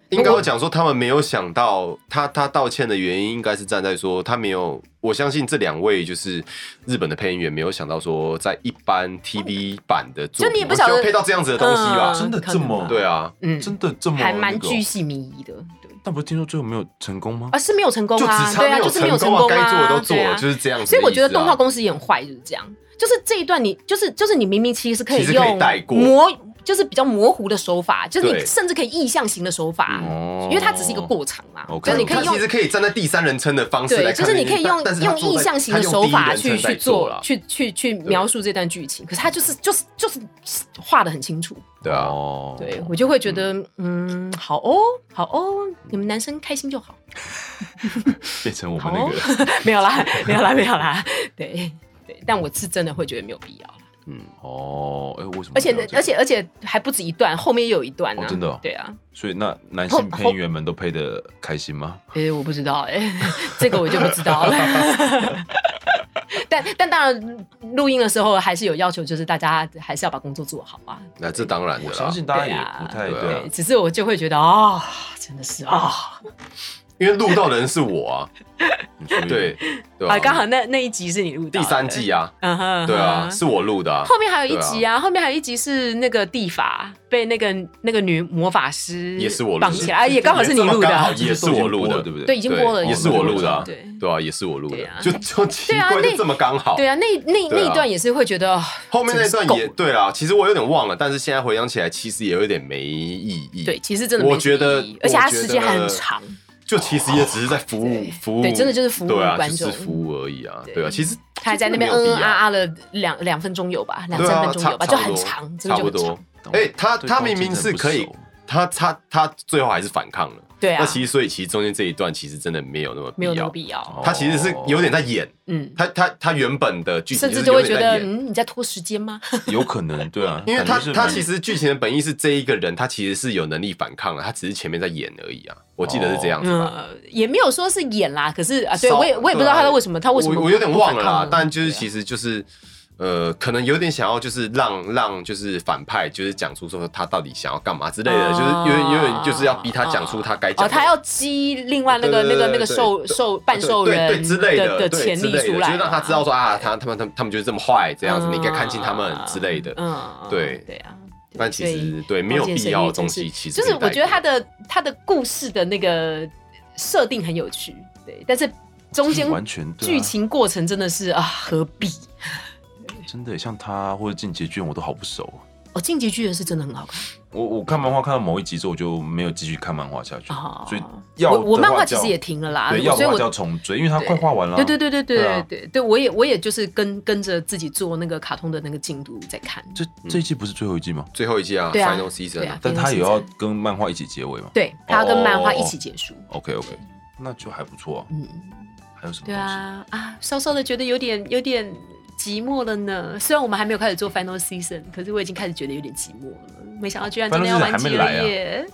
S1: 应该会讲说，他们没有想到他他道歉的原因，应该是站在说他没有。我相信这两位就是日本的配音员，没有想到说在一般 TV 版的作
S5: 就你也
S1: 品，
S5: 不晓得
S1: 我希望配到这样子的东西吧？
S5: 嗯
S4: 真的这么
S5: 可能吧
S1: 对啊，
S5: 嗯，
S4: 真的这么
S5: 还蛮
S4: 那个哦
S5: 巨细靡遗的，对
S4: 但不是听说最后没有成功吗
S5: 啊，？是没有成功
S1: 就只
S5: 啊，
S1: 差
S5: 对啊，
S1: 没
S5: 就是没有成
S1: 功啊，
S5: 功
S1: 该做的
S5: 啊，
S1: 都做
S5: 对
S1: 了，
S5: 啊，
S1: 就是这样子的意思啊。
S5: 所以我觉得动画公司也很坏，就是这样，就是这一段你就是就是你明明其实是可以
S1: 其实可以
S5: 用
S1: 带过
S5: 模，就是比较模糊的手法，就是你
S1: 对
S5: 甚至可以意象型的手法，
S4: 哦
S5: 因为它只是一个过场嘛，
S4: OK
S5: 就是你可
S1: 他
S5: 以用
S1: 其。实可以站在第三人称的方式来
S5: 对，
S1: 看
S5: 就
S1: 这
S5: 是
S1: 件
S5: 你
S1: 事，
S5: 可以用
S1: 但是他
S5: 用
S1: 做
S5: 意
S1: 在
S5: 象型的
S1: 他用
S5: 手
S1: 第一
S5: 法
S1: 人称
S5: 去
S1: 在
S5: 去
S1: 做
S5: 做
S1: 了，，
S5: 去去去描述这段剧情，可是它就是就是就是画的很清楚，
S1: 对啊，
S4: 哦
S5: 对我就会觉得嗯好哦好哦，你们男生开心就好。
S4: 变成我们
S5: 好
S4: 那
S5: 哦
S4: 个
S5: 没有啦，没有啦，没有啦。对对，但我是真的会觉得没有必要，
S4: 哦，哎，为什么？
S5: 而且而，且而且还不止一段，后面也有一段呢、
S4: 哦真的哦
S5: 对啊，
S4: 所以那男性配音员们都配的开心吗？
S5: 诶、我不知道哎、这个我就不知道了。 *laughs* 但但当然，录音的时候还是有要求，就是大家还是要把工作做好啊。
S1: 那这当然的
S4: 我
S1: 啦
S4: 相，信大家
S5: 对
S4: 也
S5: 啊
S4: 不太
S1: 对啊
S4: 对啊
S5: 对，只是我就会觉得啊、真的是啊
S1: 因为录到的人是我啊，
S4: 你说一点
S1: 对对吧
S5: 啊，刚好那那一集是你录到的
S1: 第三，季啊，
S5: 嗯哼嗯哼
S1: 对啊，是我录的啊，
S5: 后面还有一集啊，后面还有一集是那个地法被那个那个女魔法师
S1: 也是我录的
S5: 绑起来，啊也刚好是你
S1: 也这么
S5: 录的
S1: 刚
S5: 啊
S1: 好，也是我录的
S4: 对不对？
S5: 对，已经播了，
S1: 对也是我录的啊
S5: 对
S1: 对啊，也是我录的
S5: 对啊，
S1: 就就奇
S5: 对啊
S1: 怪，
S5: 那
S1: 就这么刚好
S5: 对。啊，那那
S1: 对啊
S5: 那一段也是会觉得，哦
S1: 后面那段
S5: 真的
S1: 也
S5: 是够
S1: 对啊啦，其实我有点忘了，但是现在回想起来，其实也有点没意义。
S5: 对，，其实真的没
S1: 我觉得
S5: 什么意义而且它
S1: 我觉得
S5: 时间还很长，
S1: 就其实也只是在服务
S5: 对
S1: 服务，
S5: 哦对真的就是服务
S1: 对啊，
S5: 观
S1: 就是
S5: 众
S1: 服务而已啊，
S5: 对
S1: 对啊，其实
S5: 他还在那边
S1: 就
S5: 嗯
S1: 是没有
S5: 嗯
S1: 必
S5: 啊
S1: 要
S5: 啊了两两分钟有吧，两
S1: 对
S5: 三
S1: 啊，
S5: 分钟有吧，
S1: 差
S5: 就
S1: 差不
S5: 很
S1: 多
S5: 长，真
S1: 差
S5: 的就
S1: 不
S5: 很
S1: 多
S5: 长。。
S1: 哎、他
S4: 对
S1: 他
S4: 高
S1: 明
S4: 阶
S1: 明
S4: 真
S1: 是
S4: 不
S1: 可以
S4: 熟，
S1: 他他他最后还是反抗了。
S5: 对啊
S1: 那其实所以其实中间这一段其实真的没有那么必
S5: 没有那么
S1: 要。
S5: 必要，
S1: 他其实
S5: 哦
S1: 是有点在演，
S5: 嗯，
S1: 他他他原本的剧情
S5: 甚至
S1: 就
S5: 就是会
S1: 有
S5: 觉
S1: 点
S5: 得
S1: 在演。
S5: 嗯你在拖时间吗？
S4: 有可能对
S5: *laughs*
S4: 啊，
S1: 因为
S4: 感
S1: 他
S4: 觉是
S1: 他
S4: 蛮
S1: 其实剧情的本意是这一个人，他其实是有能力反抗啊的，他只是前面在演而已啊。我记 *laughs* 得是这样子吧。
S5: 嗯，也没有说是演啦，可是啊，对
S1: 少
S5: 我也我也不知道他为什么他为什么
S1: 我我有点忘了
S5: 啊
S1: 啦，但就是是其实就是。呃，可能有点想要，就是让让就是反派，就是讲出说他到底想要干嘛之类的，就是有点有点就是要逼他讲出他该讲
S5: 啊哦，
S1: 的
S5: 他要激另外那
S1: 对
S5: 个那
S1: 对对
S5: 个那个
S1: 对
S5: 受
S1: 对
S5: 受半兽人
S1: 对对对之类
S5: 的
S1: 对
S5: 潜
S1: 之
S5: 力
S1: 类的
S5: 出来嘛，
S1: 就是让他知道说啊，他他们他们他们就是这么坏，这样子，
S5: 嗯
S1: 你应该看清他们之类的。
S5: 嗯，
S1: 对
S5: 对啊。
S1: 但其
S5: 所
S1: 实
S5: 以
S1: 对没有
S5: 光剑
S1: 必
S5: 哦神域
S1: 要的
S5: 真
S1: 东
S5: 是
S1: 西，其实
S5: 就是
S1: 可以
S5: 我觉得
S1: 带
S5: 他的他的故事的那个设定很有趣，对，但是中间
S4: 完全对啊
S5: 剧情过程真的是啊，何必？
S4: 真的像他或者进阶剧，我都好不熟。
S5: 哦，进击巨人是真的很好看
S4: 我我看漫画看到某一集之后，我就没有继续看漫画下去，
S5: 啊，
S4: 所以要
S5: 我我
S4: 的
S5: 漫画
S4: 话
S5: 其
S4: 就
S5: 实
S4: 要
S5: 也停了啦，
S4: 对，要
S5: 所以
S4: 的话
S5: 我
S4: 就要重追，因为他快画完了啊。
S5: 对对对对对
S4: 对啊
S5: 对对对，我也我也就是跟跟着自己做那个卡通的那个进度在看，
S4: 这这一季不是最后一季吗？
S1: 最后一季啊
S5: 对啊
S1: ，Final
S5: 对
S1: Season
S5: 啊
S1: 啊，，
S4: 但他也要
S5: 对
S4: 跟漫画一起结尾嘛。
S5: 对，他要跟
S4: 哦
S5: 漫画一起结束。
S4: OK OK，那就还不错啊。
S5: 嗯，
S4: 还有什么？
S5: 对，啊啊，稍稍的觉得有点有点寂寞了呢。虽然我们还没有开始做 Final Season，可是我已经开始觉得有点寂寞了。没想到居然真的
S4: Final
S5: 要
S4: Season
S5: 完
S4: 还没
S5: 结
S4: 来啊
S5: 了耶！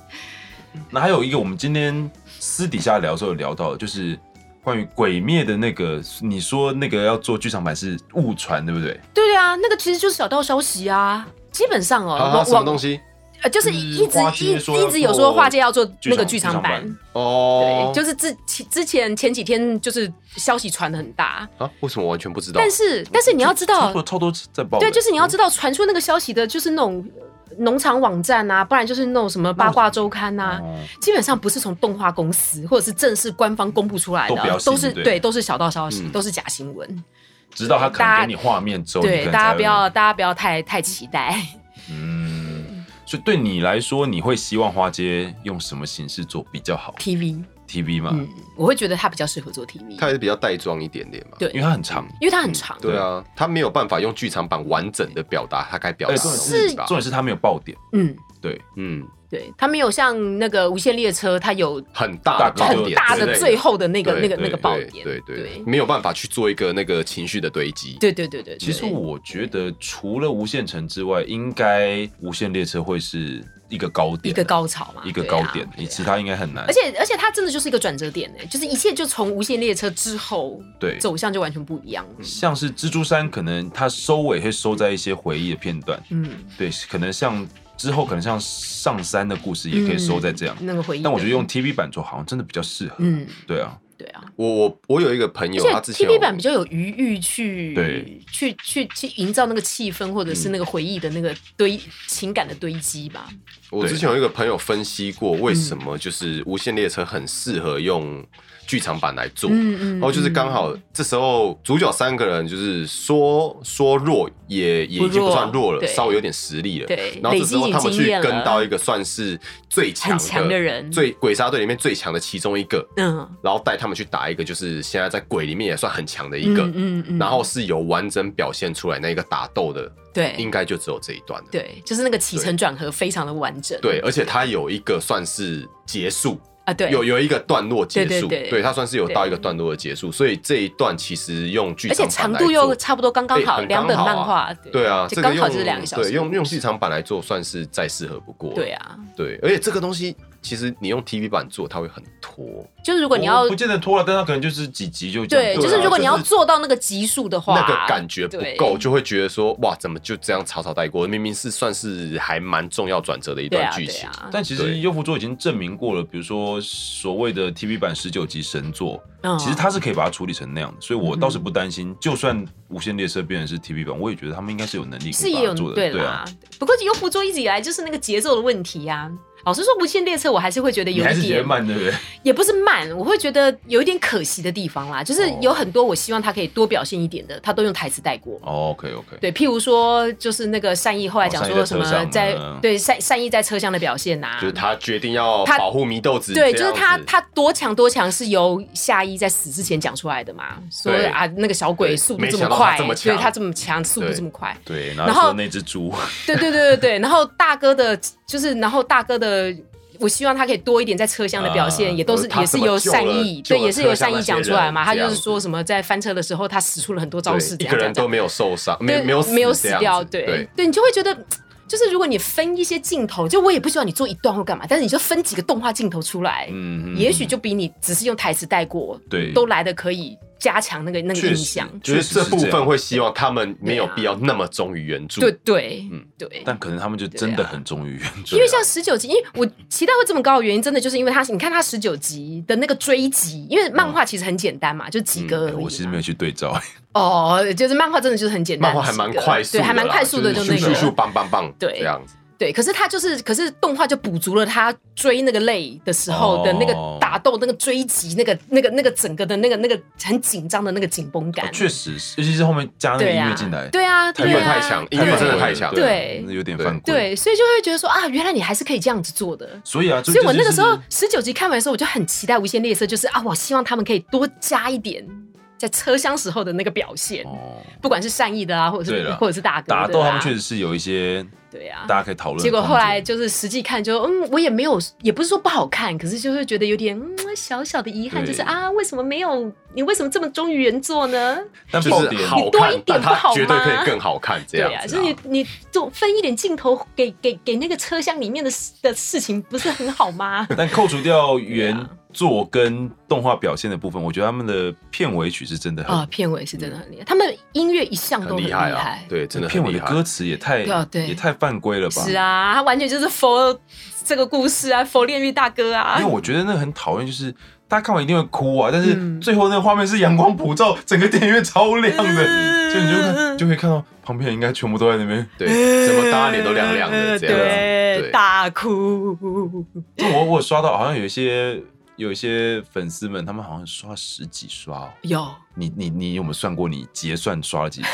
S4: 那还有一个，我们今天私底下聊的时候有聊到的，就是关于《鬼灭》的那个，你说那个要做剧场版是误传，对不对？
S5: 对啊，那个其实就是小道消息啊。基本上哦，
S1: 好好
S5: 网
S1: 什么东
S5: 网
S1: 西
S5: 呃，就是
S4: 就是
S5: 一直
S4: 嗯花
S5: 一
S4: 街说要
S5: 一直有
S4: 做
S5: 说画界要做那个
S4: 剧
S5: 剧
S4: 场
S5: 场版
S4: 剧场，
S1: 哦
S5: 对，，就是之前之前前几天就是消息传的很大，
S1: 啊，为什么完全不知道？
S5: 但是但是你要知道
S4: 超多，超多在报的，
S5: 对，就是你要知道传出那个消息的，就是那种农场网站啊，不然就是那种什么八卦周刊啊，
S4: 哦
S5: 基本上不是从动画公司或者是正式官方公布出来
S4: 都不要
S5: 的，
S4: 信
S5: 都是
S4: 对
S5: 对，都是小道消息，
S1: 嗯
S5: 都是假新闻。
S4: 直到他可能给你画面之后，哦你可
S5: 对，
S4: 能
S5: 大
S4: 才
S5: 家
S4: 会
S5: 不要，大家不要太太期待。
S4: 嗯。所以对你来说，你会希望花街用什么形式做比较好
S5: TV，
S4: ？TV 嘛，
S5: 嗯，我会觉得它比较适合做
S1: 它
S5: TV，
S1: 还是比较带妆一点点嘛。
S5: 对
S4: 因为它嗯很长，
S5: 因为它很长。
S1: 对啊，他没有办法用剧场版完整的表达他该表达
S4: 而
S1: 的
S4: 且重点
S1: 东
S4: 是
S1: 西吧
S4: 重？点是它没有爆点，
S5: 嗯，
S4: 对，
S1: 嗯，
S5: 对，它没有像那个无限列车，它有
S1: 很大的
S4: 大
S1: 爆
S5: 很
S1: 点
S5: 大
S1: 之类
S5: 的最后的那个
S1: 对
S5: 那个
S1: 对
S5: 那个爆
S1: 对
S5: 点。
S1: 对
S5: 对
S1: 对，没有办法去做一个那个情绪的堆积。
S5: 对对对对。
S4: 其实
S5: 对
S4: 我觉得，除了无限城之外，应该无限列车会是一个高点，
S5: 一个高潮嘛，
S4: 一个
S5: 对
S4: 高
S5: 啊
S4: 点，你
S5: 对啊
S4: 其他应该很难
S5: 而。且而且它真的就是一个转折点呢、欸就是一切就从无限列车之后，
S4: 对
S5: 走向就完全不一样了。
S4: 像是蜘蛛山，可能它收尾会收在一些回忆的片段，
S5: 嗯，
S4: 对，可能像之后可能像上山的故事也可以收在这样。
S5: 那个回忆。
S4: 但我觉得用 TV 版做好像真的比较适合。
S5: 嗯，
S4: 对啊，
S5: 对啊，
S1: 我我我有一个朋
S5: 而
S1: 友，他之
S5: 且
S1: 前有
S5: TV 版比较有余裕去
S4: 对
S5: 去去去营造那个气氛，或者是那个回忆的那个堆情感的堆积吧。
S1: 我
S4: 对
S1: 之前有一个朋友分析过，为什么就是《无限列车》很适合用剧场版来做，
S5: 嗯嗯
S1: 然后哦就是刚好这时候主角三个人就是说说弱也也已经不算弱
S5: 不弱
S1: 了，
S5: 对
S1: 稍微有点实力了，
S5: 对
S1: 然后这时候他们去
S5: 累积已经经验了
S1: 跟到一个算是最强
S5: 很强的人
S1: 最鬼杀队里面最强的其中一个，
S5: 嗯，
S1: 然后带他们去打一个就是现在在鬼里面也算很强的一个
S5: 嗯，嗯嗯，
S1: 然后是有完整表现出来那一个打斗的，应
S5: 对
S1: 该就只有这一段了。
S5: 对，就是那个起承转合非常的完整。
S1: 对，而且它有一个算是结束，
S5: 啊，对，
S1: 有有一个段落结
S5: 对
S1: 束，
S5: 对对
S1: 它算是有到一个段落的结束，所以这一段其实用剧
S5: 而
S1: 场
S5: 且
S1: 版
S5: 长
S1: 来
S5: 度又
S1: 做
S5: 差不多刚刚
S1: 对
S5: 好，
S1: 很
S5: 两本
S1: 刚好
S5: 漫
S1: 啊
S5: 画，
S1: 对啊，这
S5: 就刚好
S1: 用
S5: 就是两个小时，
S1: 对，用用剧场版来做算是再适合不过，
S5: 对啊，
S1: 对，而且这个东西其实你用 TV 版做，它会很拖，
S5: 就是如果你要
S4: 我不见得拖了，但他可能就是几集就这样
S5: 对，
S1: 对啊
S5: 就是如果你要
S1: 就是
S5: 做到那个级数的话，
S1: 那个感觉不
S5: 对
S1: 够，就会觉得说哇，怎么就这样草草带过？明明是算是还蛮重要转折的一
S5: 对
S1: 段
S5: 啊，
S1: 剧
S5: 对
S1: 情，
S5: 啊，
S4: 但其实
S1: 对
S4: 优芙桌已经证明过了，比如说所谓的 TV 版十九集神作，
S5: 嗯
S4: 其实它是可以把它处理成那样的，所以我倒是不担心。就算《无限列车》变成是 TV 版，我也觉得他们应该是有能力可
S5: 是
S4: 以
S5: 也
S4: 把它
S5: 有
S4: 做的。
S5: 对
S4: 对啊
S5: 啦，，不过优芙桌一直以来就是那个节奏的问题呀、老实说，《无限列车》我还是会觉得
S4: 你
S5: 有
S4: 还
S5: 一
S4: 是觉得
S5: 点，
S4: 慢，对不对？
S5: 也不是慢，我会觉得有一点可惜的地方啦。就是
S4: 哦
S5: 有很多我希望他可以多表现一点的，他都用台词带过。
S4: 哦，OK OK，
S5: 对，譬如说，就是那个善意后来讲说什
S4: 哦善
S5: 么
S4: 意在
S5: 在
S4: 车上嗯
S5: 对善善意在车厢的表现呐、
S1: 就是他决定要
S5: 他
S1: 保护祢豆子这样
S5: 对，
S1: 子，
S5: 就是他他多强多强是由夏一在死之前讲出来的嘛，说
S1: 对
S5: 啊那个小鬼速度
S1: 没
S5: 这么
S1: 想到他
S5: 快，
S1: 这么
S5: 对
S1: 强
S5: 他这么强，速度这么快，
S4: 对，然
S5: 然
S4: 后
S5: 后
S4: 说那只猪，
S5: 对对对对对，然后大哥的，就是然后大哥的，我希望他可以多一点在车厢的表现，
S4: 啊
S5: 也都是
S1: 他
S5: 也是
S1: 怎么
S5: 由
S1: 救
S5: 善
S1: 了
S5: 意，
S1: 救
S5: 对，
S1: 了
S5: 也是由
S1: 车
S5: 善
S1: 厢
S5: 意
S1: 那
S5: 讲
S1: 些
S5: 出来
S1: 人
S5: 嘛。他
S1: 这
S5: 就是
S1: 样
S5: 说什么在翻车的时候，他使出了很多招
S1: 对
S5: 式，这
S1: 一
S5: 样
S1: 个
S5: 这
S1: 人
S5: 样这
S1: 都
S5: 样
S1: 没有受伤，没
S5: 对
S1: 没有
S5: 没有
S1: 死
S5: 死
S1: 这样
S5: 掉，
S1: 子
S5: 对
S1: 对。
S5: 对，你就会觉得。就是如果你分一些镜头，就我也不希望你做一段或干嘛，但是你就分几个动画镜头出来，
S4: 嗯，嗯
S5: 也许就比你只是用台词带过，
S4: 对
S5: 都来的可以加强那个那个
S1: 确
S5: 印
S1: 实
S5: 象。
S1: 就是这部
S4: 确实是这
S1: 分
S4: 样
S1: 会希望他们没有必要那么忠于原著。
S5: 啊对对，
S1: 嗯
S5: 对。啊
S4: 但可能他们就真的很忠于原
S1: 啊
S4: 啊著，
S5: 因为像十九集，因为我期待会这么高的原因，真的就是因为它，你看它十九集的那个追集，因为漫画其实很简单嘛，就
S1: 嗯
S5: 几个而已
S4: 哎
S5: 嘛、
S4: 我其实没有去对
S5: *laughs*
S4: 照， *laughs*
S5: 哦，就是漫画真的就是很简单，
S1: 漫画还蛮
S5: 几个
S1: 快速的啊
S5: 对，
S1: 啦，
S5: 还蛮快速的，就是那
S1: 咻
S5: 个
S1: 咻咻，棒棒棒，
S5: 对
S1: 这样子。
S5: 对。可是它就是，可是动画就补足了他追那个累的时候的那个
S4: 哦
S5: 打斗、那个追击、那个那个那个整个的那个那个很紧张的那个紧绷
S1: 哦
S5: 感，
S4: 确实是，尤其是后面加那个
S5: 对
S4: 音
S5: 啊
S4: 乐进来，，
S5: 对啊，
S1: 音
S5: 对
S1: 乐
S5: 啊，
S1: 太强，音乐真的太强。
S5: 对
S4: 那有点犯规。，
S5: 对，所以就会觉得说啊，原来你还是可以这样子做的。
S4: 所以啊，就
S5: 所以我
S4: 就
S5: 那个时候
S4: 就是
S5: 十九集看完的时候，我就很期待《无限列车》，就是啊，我希望他们可以多加一点在车厢时候的那个表现，
S4: 哦，
S5: 不管是善意的啊，或者
S4: 对
S5: 是
S4: 啦
S5: 或者是大哥的
S4: 打
S5: 啊
S4: 斗他们确实是有一些
S5: 对啊
S4: 大。家可以讨论的空间。
S5: 结果后来就是实际看就，嗯，我也没有，也不是说不好看，可是就会觉得有点嗯小小的遗憾，
S4: 对
S5: 就是啊，为什么没有你为什么这么忠于原作呢？
S4: 但
S1: 就
S4: 爆
S1: 是
S4: 点
S1: 好
S5: 你多一
S1: 看
S5: 点，
S1: 但
S5: 不好
S1: 它
S5: 吗
S1: 绝对可以更好看，这
S5: 对
S1: 样
S5: 啊，
S1: 子
S5: 就
S1: 啊
S5: 是。你你总分一点镜头给给给那个车厢里面的事的事情，不是很
S4: *laughs*
S5: 好吗？
S4: 但扣除掉
S5: 对
S4: 原
S5: 啊
S4: 作跟动画表现的部分，我觉得他们的片尾曲是真的
S5: 啊，
S4: 很，
S5: 片尾是真的很厉害，他们音乐一向都
S1: 很
S5: 很
S1: 厉
S5: 厉
S1: 害啊，对，真的
S4: 片
S1: 很
S4: 尾
S1: 厉
S4: 的
S1: 害。
S4: 歌词也太
S5: 对啊对
S4: 也太犯规了吧？
S5: 是，啊，他完全就是 for 这个故事啊，for 炼狱大哥啊
S4: 因为。我觉得那个很讨厌，就是大家看完一定会哭啊，但是
S5: 嗯
S4: 最后那个画面是阳光普照，整个电影院超亮的，
S5: 嗯
S4: 所以你就看就会看到旁边人应该全部都在那边。
S1: 对，怎么大家脸都亮亮的这样
S5: 对，
S1: 子？对，
S5: 大哭。
S4: 就嗯我我有刷到好像有一些有一些粉丝们，他们好像刷十几刷、哦，
S5: 有
S4: 你你你有没有算过你结算刷了几刷？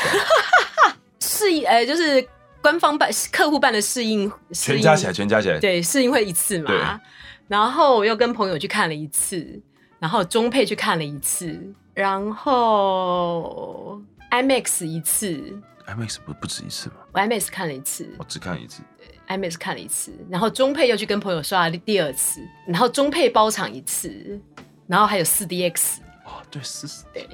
S5: 试映，呃，就是官方办、客户办的试映，试
S4: 全
S5: 映
S4: 加起来，全加起来，
S5: 对，试映会一次
S4: 对
S5: 嘛。然后我又跟朋友去看了一次，然后中配去看了一次，然后 IMAX 一次，
S4: ，IMAX 不不止一次吗？
S5: 我 IMAX 看了一次，
S4: 我只看一次。
S5: IMAX 看了一次，然后中配又去跟朋友刷了第二次，然后中配包场一次，然后还有四 DX，
S4: 哦，对，四十
S5: 对，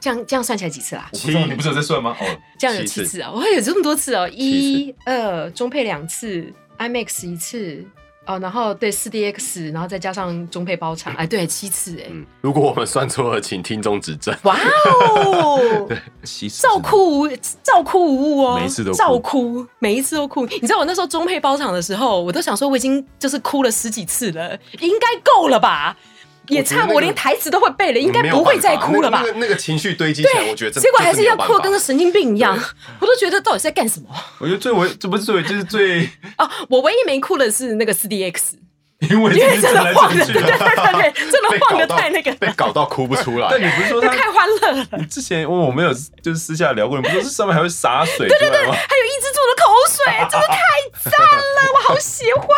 S5: 这样这样算起来几次啦？啊
S4: 我不知道你不是有在算吗？哦，
S5: 这样有
S1: 七
S5: 七
S1: 次
S5: 次啊！哇，有这么多次哦！一二中配两次，IMAX 一次，哦，然后对四 DX，然后再加上中配包场，哎，对，七次哎，
S1: 嗯，如果我们算错了，请听众指正。
S5: 哇
S4: *laughs*
S5: 哦，
S4: 其实
S5: 照哭无照哭无误哦，
S4: 每一次都哭
S5: 照哭，每一次都哭。你知道我那时候中配包场的时候，我都想说我已经就是哭了十几次了，应该够了吧？也
S1: 我觉得
S5: 差
S1: 那个
S5: 我连台词都会背了，应该
S1: 没有
S5: 不会再
S1: 办法
S5: 哭了吧
S1: 那？个那个那个情绪堆积起来，我觉得真
S5: 结果还是要哭，
S1: 真
S5: 跟
S1: 的没有办法
S5: 个神经病一样，啊我都觉得到底是在干什么
S4: 我觉得最为这不是最为就是最
S5: 啊？我唯一没哭的是那个四 DX，
S4: 因为
S5: 因为真的
S4: 来
S5: 晃的，
S4: 去
S5: 对 *laughs* 对对对对，真
S1: *laughs*
S5: 的
S1: 被
S5: 晃的
S1: 搞到
S5: 太那个了，
S1: 被搞到哭不出
S5: *laughs*
S1: 来。
S4: 但你不是说他
S5: 太欢乐了。
S4: 你之前我我没有就是私下聊过，你不是说上面还会洒水出来吗？
S5: 还有一只兔的口水，
S1: *laughs*
S5: 真的太赞了，我好喜欢。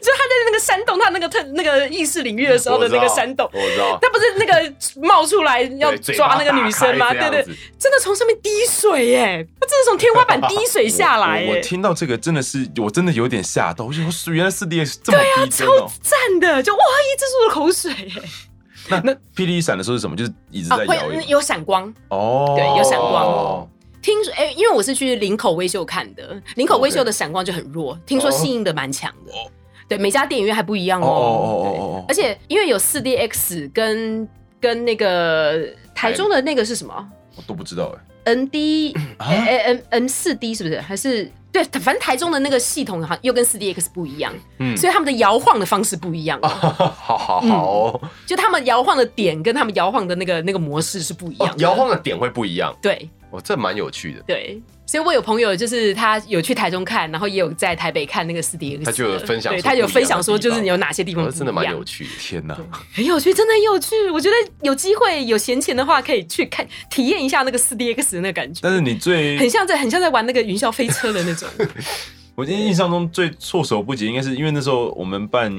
S5: 就他在那个山洞，他那个特那个意识领域的时候的那个山洞
S1: 我，知道，我知
S5: 他不是那个冒出来
S1: *laughs*
S5: 要
S1: 对嘴
S5: 抓
S1: 巴
S5: 那个女生吗？
S1: 打开这
S5: 对
S1: 样
S5: 对
S1: 子，
S5: 真的从上面滴水耶，他真的从天花板滴水下来
S4: 我我
S5: 耶，
S4: 听到这个真的是，我真的有点吓到，我想说原来四 D X 这么逼真
S5: 啊超
S4: 哦。
S5: 赞的，就哇一只兔的口水
S1: *laughs*
S5: 耶，
S4: 那那霹雳闪的时候是什么？就是一直在摇
S5: 啊会有闪光。
S4: 哦，
S5: 对有闪光
S4: 哦。
S5: 听说哎、因为我是去林口微秀看的，林口微秀的闪光就很弱，听说吸引的蛮强的。对，每家电影院还不一样哦。
S4: 哦哦哦
S5: 对
S4: 哦哦
S5: 而且因为有四 DX 跟跟那个台中的那个是什么
S4: 我都不知道哎。
S5: ND
S4: 啊
S5: 哎哎 N N 四 D 是不是？还是对，反正台中的那个系统好像又跟四 DX 不一样，
S1: 嗯啊
S5: 所以他们的摇晃的方式不一样哦，
S1: 道， *laughs* 好好好哦，
S5: 就他们摇晃的点跟他们摇晃的那个那个模式是不一样
S1: 哦
S5: 的。
S1: 摇晃的点会不一样，
S5: 对，
S1: 哦，这蛮有趣的。
S5: 对，所以我有朋友就是他有去台中看，然后也有在台北看那个四 D X，
S1: 他就有分享
S5: 对
S1: 说
S5: 他有
S1: 不一样的
S5: 分享说
S1: 地
S5: 就
S1: 方
S5: 是你有哪些地方
S1: 哦真的蛮有
S5: 趣，
S1: 趣的。
S4: 天哪！
S5: 很有趣，真的很有趣。我觉得有机会有闲钱的话，可以去看体验一下那个四 D X 的那个感觉，
S4: 但是你
S5: 很
S4: 最，
S5: 像在很像在玩那个云霄飞车的那
S1: *laughs*
S5: 种。
S4: 我今天印象中最措手不及，应该是因为那时候我们办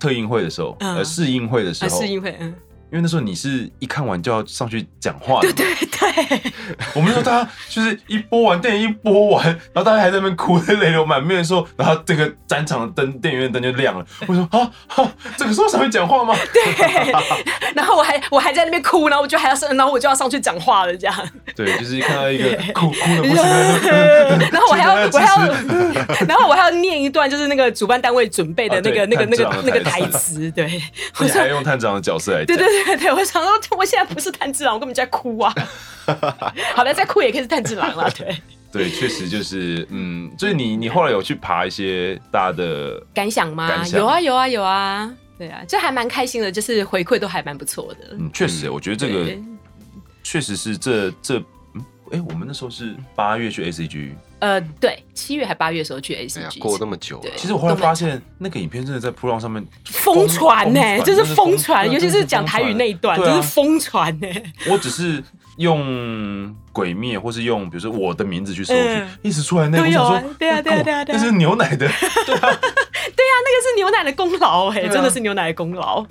S4: 特映会的时候，
S5: 嗯
S4: 呃，试映会的时
S1: 哦
S5: 啊，
S4: 候，
S5: 是
S4: 因
S5: 因为嗯，
S4: 为那时候你是一看完就要上去讲话的嘛，
S5: 对 *laughs* 对，
S4: 我们说他就是一播完电影一播完，然后大家还在那边哭得泪流满面的时候，然后这个展场的灯电影院的灯就亮了。我说啊啊， *laughs* 这个时候才会讲话吗？
S5: 然后我还我还在那边哭，然后我就还要上，然后我就要上去讲话了，
S4: *laughs*
S5: 这样。
S4: 对，就是看到一个哭哭的不行了。
S5: 然后我还要
S4: 这个
S5: 我还
S4: 嗯要
S5: 要， *laughs* 然后我还要念一段，就是那个主办单位准备的那个
S4: 啊对
S5: 那个
S4: 探
S5: 那个
S4: 长
S5: 那
S4: 的
S5: 个
S4: 台
S5: 台
S4: 词
S5: 词，
S1: *laughs*
S5: 对。 *laughs*
S4: 你
S1: 啊
S4: 还用探长的角色来
S5: 对
S4: 讲，
S5: 对对对，我想说，我现在不是炭治郎，我根本就在哭啊！好了，再哭也可以是炭治郎了，对。
S4: 对，确实就是嗯，所以你你后来有去爬一些大家的，
S5: 感想吗？
S4: 感想
S5: 有啊，有啊，有啊，对啊，就还蛮开心的，就是回馈都还蛮不错的。
S4: 嗯，确实，我觉得这个
S5: 对
S4: 确实是这这，嗯，哎，我们那时候是八月去 A C G，
S5: 呃，对，七月还八月的时候去 A
S1: 哎
S5: C
S1: 呀
S5: G，，
S1: 过那么久了
S5: 对，
S4: 其实我后来发现那个影片真的在扑浪上面
S5: 疯传呢、
S4: 疯
S5: 就是疯
S4: 真
S5: 传，
S4: 的
S5: 尤其是讲台语那一段，
S4: 对啊
S5: 就是 *laughs* 疯传呢。
S4: 我只是用鬼灭，或是用比如说我的名字去搜寻，
S5: 嗯
S4: 一直出来那个，
S5: 都有啊
S4: 我想说
S5: 对啊对啊
S4: 哇
S5: 对啊对啊
S4: 那是牛奶
S5: *laughs*
S4: 的，对啊，
S5: 对啊，那个是牛奶的功劳哎、真的是牛奶的功劳。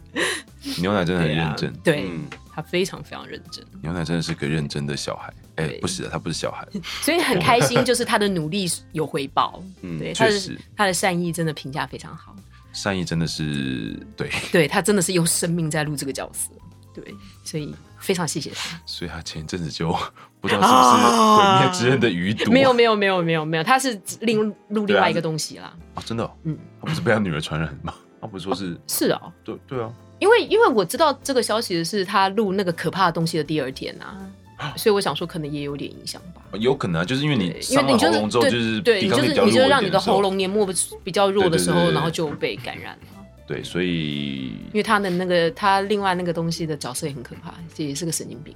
S4: 牛奶真的很
S5: 对啊
S4: 认真，
S5: 对
S1: 嗯，
S5: 他非常非常认真，
S4: 牛奶真的是个认真的小孩。哎、不是的，他不是小孩，
S5: 所以很开心，就是他的努力有回报。
S4: *laughs*
S1: 嗯
S5: 对，他
S4: 确
S5: 的
S4: 实
S5: 他的善意真的评价非常好。
S4: 善意真的是
S5: *laughs*
S4: 对，
S5: 对他真的是用生命在录这个角色，对，所以非常谢谢他。
S4: 所以他前一阵子就不知道是不是《鬼灭之刃》的余毒、
S5: 啊
S4: 啊
S5: 没有没有没有没有没有，他是另录
S4: 对
S5: 另
S4: 啊
S5: 外一个东西啦。
S4: 啊，真的、哦，
S5: 嗯
S4: 他不是被他女儿传染吗？他不是说是，
S5: 是哦，
S4: 对对啊，
S5: 因为因为我知道这个消息的是他录那个可怕的东西的第二天啊，所以我想说可能也有点影响吧。
S4: 有可能啊，就是因为
S5: 对
S4: 你
S5: 因为
S4: 伤了
S5: 你
S4: 喉
S5: 就是
S4: 咙之后，
S5: 对
S4: 就是
S5: 对
S4: 抵
S5: 你
S4: 抗
S5: 就
S4: 力
S5: 是
S4: 比较弱
S5: 你
S4: 一
S5: 就
S4: 点
S5: 让你的
S4: 时候
S5: 喉咙黏膜比较弱的时
S4: 对对
S5: 候，
S4: 对
S5: 然后就被感染了。
S4: 对，所
S5: *laughs*
S4: 以
S5: 因为他的那个他另外那个东西的角色也很可怕，这也是个神经病。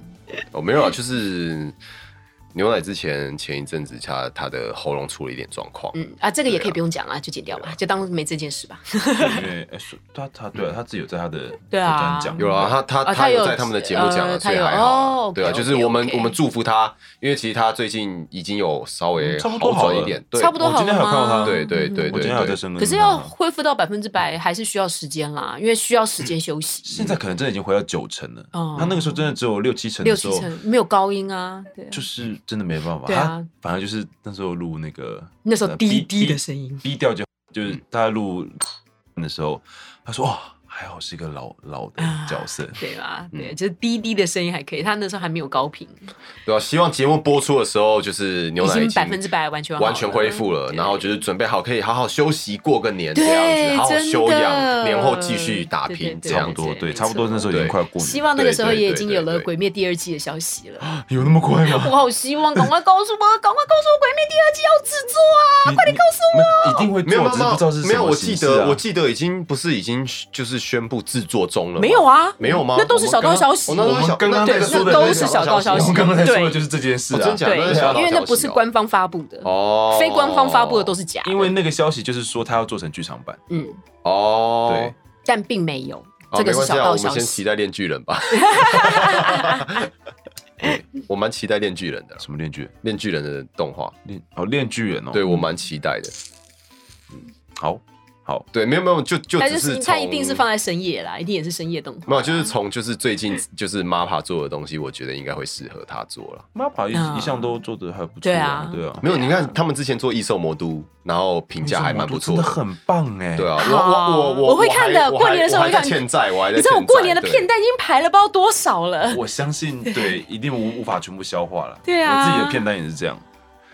S1: 哦，没有啊，就是牛奶之前前一阵子他他的喉咙出了一点状况，
S5: 嗯啊，这个也可以不用讲啊，就剪掉吧，就当没这件事吧。
S4: 对因为哎说他他对啊，他自己有在他的
S5: 嗯对啊
S4: 粉专讲
S1: 有啊，他他、
S5: 啊他
S1: 他
S5: 有
S1: 有在他们的节目讲了，
S5: 呃
S1: 所以
S5: 他有
S1: 还好啊。
S5: 哦
S1: 对啊，
S5: OK，
S1: 就是我们
S5: OK，OK
S1: 我们祝福他，因为其实他最近已经有稍微
S4: 嗯差不多
S1: 好
S4: 好
S1: 转
S4: 了
S1: 一点，对，
S5: 差不多
S4: 我
S5: 好
S4: 今
S5: 了
S4: 天还有看到他，
S5: 吗？嗯
S1: 对对对
S4: 我
S1: 对
S4: 今天还有在
S1: 对，
S4: 深坑，
S5: 可是要恢复到百分之百还是需要时间啦，因为需要时间休息。
S4: 现在可能真的已经回到九成了。
S5: 哦
S4: 他那个时候真的只有六七成
S5: 六
S4: 的时
S5: 七
S4: 候，
S5: 成没有高音啊，对啊，
S4: 就是真的没办法。
S5: 对啊
S4: 他反正就是那时候录那个
S5: 那时候
S4: 呃低
S5: 低
S1: 嗯
S5: 低的声音，
S4: 低调就就是他录的时候，他说哇，还好是一个老老的
S5: 啊
S4: 角色，
S5: 对吧？对，就是滴滴的声音还可以，他那时候还没有高频，
S1: 对啊，希望节目播出的时候，就是牛
S5: 已
S1: 奶已
S5: 经
S1: 经
S5: 百分之百完全好
S1: 完全恢复了，然后就是准备好可以好好休息过个年这样
S5: 对
S1: 子，好好休
S5: 真的
S1: 养，年后继续打
S5: 对对
S1: 拼这
S5: 对
S4: 差
S1: 样
S4: 不
S1: 子。
S4: 多，
S5: 对
S4: 对，
S5: 没
S4: 差不多
S5: 错
S4: 那时候已经快过
S5: 希
S4: 年，
S5: 望那个时候
S1: 对对
S5: 也已经有了
S1: 对
S5: 《
S1: 对
S5: 鬼灭》第二季的消息了。
S1: *gasps*
S4: 有那么快吗？
S5: 我好希望，赶快告诉我，赶快告诉我，《鬼灭》第二季要制作啊！快点告诉
S4: 我，一定
S1: *laughs*
S4: 会
S1: 没有
S4: 做，只是不知道是什么
S1: 没有，我
S4: 形
S1: 记
S4: 式
S1: 得
S4: 啊
S1: 我记得已经不是已经就是宣布制作中了吗，
S5: 没有啊
S1: 没有吗？
S5: 那都是小道消息
S1: 我哦那
S4: 我
S1: 都是
S4: 们
S1: 小
S4: 刚刚在
S1: 那
S4: 说的
S5: 那都
S4: 那
S5: 是
S4: 个
S5: 小道消息
S4: 我们刚刚在说的
S5: 对
S4: 就是这件事
S1: 哦
S4: 啊
S1: 真，假
S5: 对
S1: 那是小道消，息哦
S5: 因为那不是官方发布的，
S1: 哦，
S5: 非官方发布的都是假的。
S4: 因为那个消息就是说他要做成剧场版，
S5: 嗯，
S1: 哦，
S4: 对，
S5: 但并没有，
S1: 好
S5: 这
S1: 没
S5: 个是
S1: 关系
S5: 小
S1: 啊
S5: 道
S1: 我们
S5: 消
S1: 先期
S5: 息。
S1: 待《恋巨人》吧。 *laughs* 对我蛮期待《恋巨人》的，《
S4: 什么恋剧
S1: 恋巨人》的动画，
S4: 恋哦恋巨人哦，
S1: 对我蛮期待的。
S4: 好好
S1: 对，没有没有，就就
S5: 但
S1: 只
S5: 就是
S1: 是
S5: 它一定是
S1: 从
S5: 放在深夜啦，一定也是深夜动画。
S1: 没有，就是从就是最近就是 MAPA 做的东西，我觉得应该会适合他做了。
S4: ，MAPA
S5: 啊
S4: 一一向都做的还不错，
S5: 对
S4: 啊
S5: 啊，
S4: 对啊，
S1: 没有，你看他们之前做《异兽魔都》，然后评价还蛮不错
S4: 真的，很棒哎，
S1: 对啊，我
S5: 好
S1: 我我
S5: 我会看的
S1: 还
S5: 过年的时候
S1: 我还在
S5: 会看
S1: 欠债，我还在
S5: 你知道我
S1: 欠
S5: 过
S1: 债
S5: 年的
S1: 对
S5: 片段已经排了不知道多少了。
S4: 我相
S5: *laughs*
S4: 信对一定无无法全部消化了，
S5: 对啊
S4: 我自己的片单也是这样，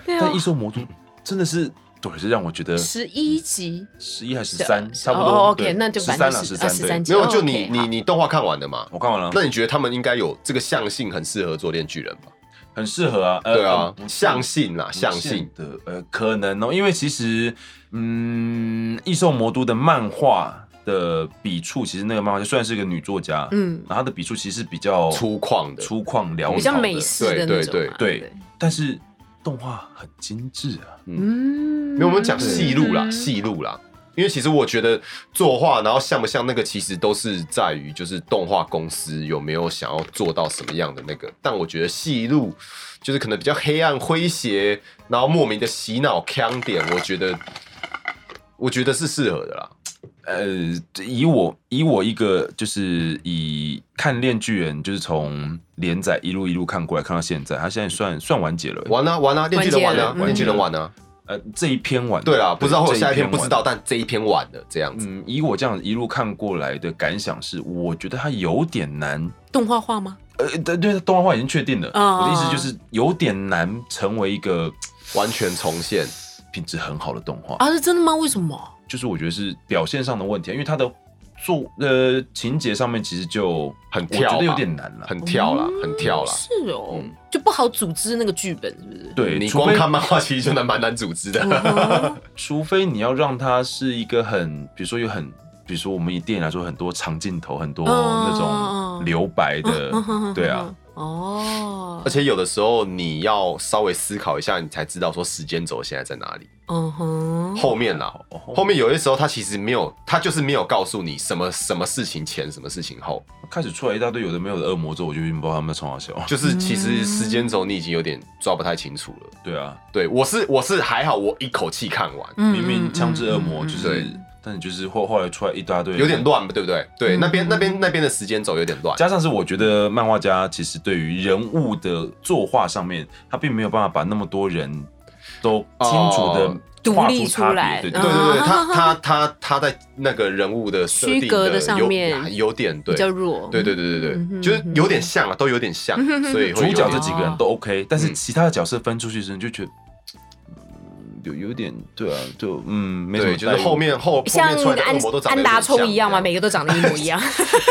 S5: 对啊
S4: 但异，兽魔都真的是对是让我觉得
S5: 十一集，
S4: 十一还是十三，
S5: 是
S4: 差不多。
S5: 哦，OK，
S4: 对
S5: 那就
S4: 十
S5: 反
S4: 三
S5: 正
S4: 了，
S5: 是
S4: 十三
S5: 啊13
S4: 对。
S5: 集
S1: 没有，
S5: 哦
S1: 就
S5: OK，
S1: 你
S5: 好嗯
S1: 你你动画看完了嘛？
S4: 我看完了，
S1: 那你觉得他们应该有这个象性很适合做《恋巨人》吧？
S4: 很适合啊。呃
S1: 对啊
S4: 嗯，
S1: 象性啦，象性。
S4: 的，呃，可能哦，因为其实，嗯，《异兽魔都》的漫画的笔触，其实那个漫画家虽然是个女作家，
S5: 嗯
S4: 然后她的笔触其实是比较
S1: 粗犷的
S4: 粗犷潦草的，
S5: 比较美式的那
S1: 对
S5: 种啊嘛，
S4: 对，但是动画很精致啊。
S5: 嗯，
S1: 没有，我们讲戏路啦，
S5: 嗯
S1: 戏路啦。因为其实我觉得作画，然后像不像那个，其实都是在于就是动画公司有没有想要做到什么样的那个。但我觉得戏路就是可能比较黑暗、诙谐，然后莫名的洗脑腔点，我觉得我觉得是适合的啦。
S4: 呃，以我以我一个就是以看《恋巨人》，就是从连载一路一路看过来，看到现在，他现在算算完结了。
S1: 玩啊玩啊，练巨人玩啊，
S5: 完结了
S1: 练巨人玩啊。
S4: 呃，这一篇完了
S1: 对啦，不知道会有下一篇，不知。道，
S4: 这
S1: 但这一篇完了这样子。
S4: 嗯，以我这样一路看过来的感想是，我觉得它有点难。
S5: 动画化吗？
S4: 呃，对对，动画化已经确定了。
S5: 啊
S4: 我的意思就是有点难成为一个
S1: 完全重现。
S4: 品质很好的动画，
S5: 啊，是真的吗？为什么？
S4: 就是我觉得是表现上的问题，啊因为它的做呃情节上面其实就
S1: 很
S4: 我
S1: 跳
S4: 觉
S1: 吧
S4: 得有点难了。
S1: 很跳啦，很跳啦。嗯
S5: 是哦，就不好组织那个剧本，是不是？
S4: 对，
S1: 你
S4: 嗯除非
S1: 光看漫画其实就能蛮难组织
S5: 嗯
S1: 的。
S4: 除非你要让它是一个很，比如说有很，比如说我们以电影来说，很多长镜头，很多
S5: 嗯
S4: 那种留白的，对啊，
S5: 哦
S1: 而，且有的时候你要稍微思考一下，你才知道说时间轴现在在哪里。
S5: 嗯哼，
S1: 后面啦
S4: 哦，
S1: 后面有些时候他其实没有，他就是没有告诉你什么什么事情前，什么事情后，
S4: 开始出来一大堆有的没有的恶魔之后，我就已经不知道他们在冲啥笑。
S1: 就是其实时间轴你已经有点抓不太清楚了。
S4: 对啊，
S1: 对我是我是还好，我一口气看完，
S5: 嗯
S4: 明明枪支恶魔
S5: 嗯嗯嗯
S4: 就是，
S1: 对
S4: 但你就是后后来出来一大堆，
S1: 有点。乱，对不对？对，
S5: 嗯
S1: 那边那边那边的时间轴有点乱。
S4: 加上是我觉得漫画家其实对于人物的作画上面，他并没有办法把那么多人都清楚
S1: 哦
S4: 的
S5: 独
S4: 画
S5: 立
S4: 出差
S5: 出来嗯
S4: 别，对
S1: 对
S4: 对
S1: 对
S4: 对。
S1: 对，
S5: 啊
S1: 他他他他在那个人物的设定
S5: 区隔的上
S1: 有
S5: 面
S1: 有点对
S5: 比较弱，
S1: 对对对对
S5: 嗯
S1: 对，
S5: 哼嗯
S1: 就是有点像啊，都有点像，所以会
S4: 主
S1: 有
S4: 角这
S1: 点嗯
S4: 几个人都 OK，但是其他的角色分出去的时候，你就觉得嗯有有点对啊，就嗯没什么
S1: 对，
S4: 代入。
S1: 就是后面后后
S5: 像
S1: 面出来的
S5: 安
S1: 恶魔都长得
S5: 安
S1: 有点
S5: 达充一样嘛，
S1: 像
S5: 每个都长得一模一样。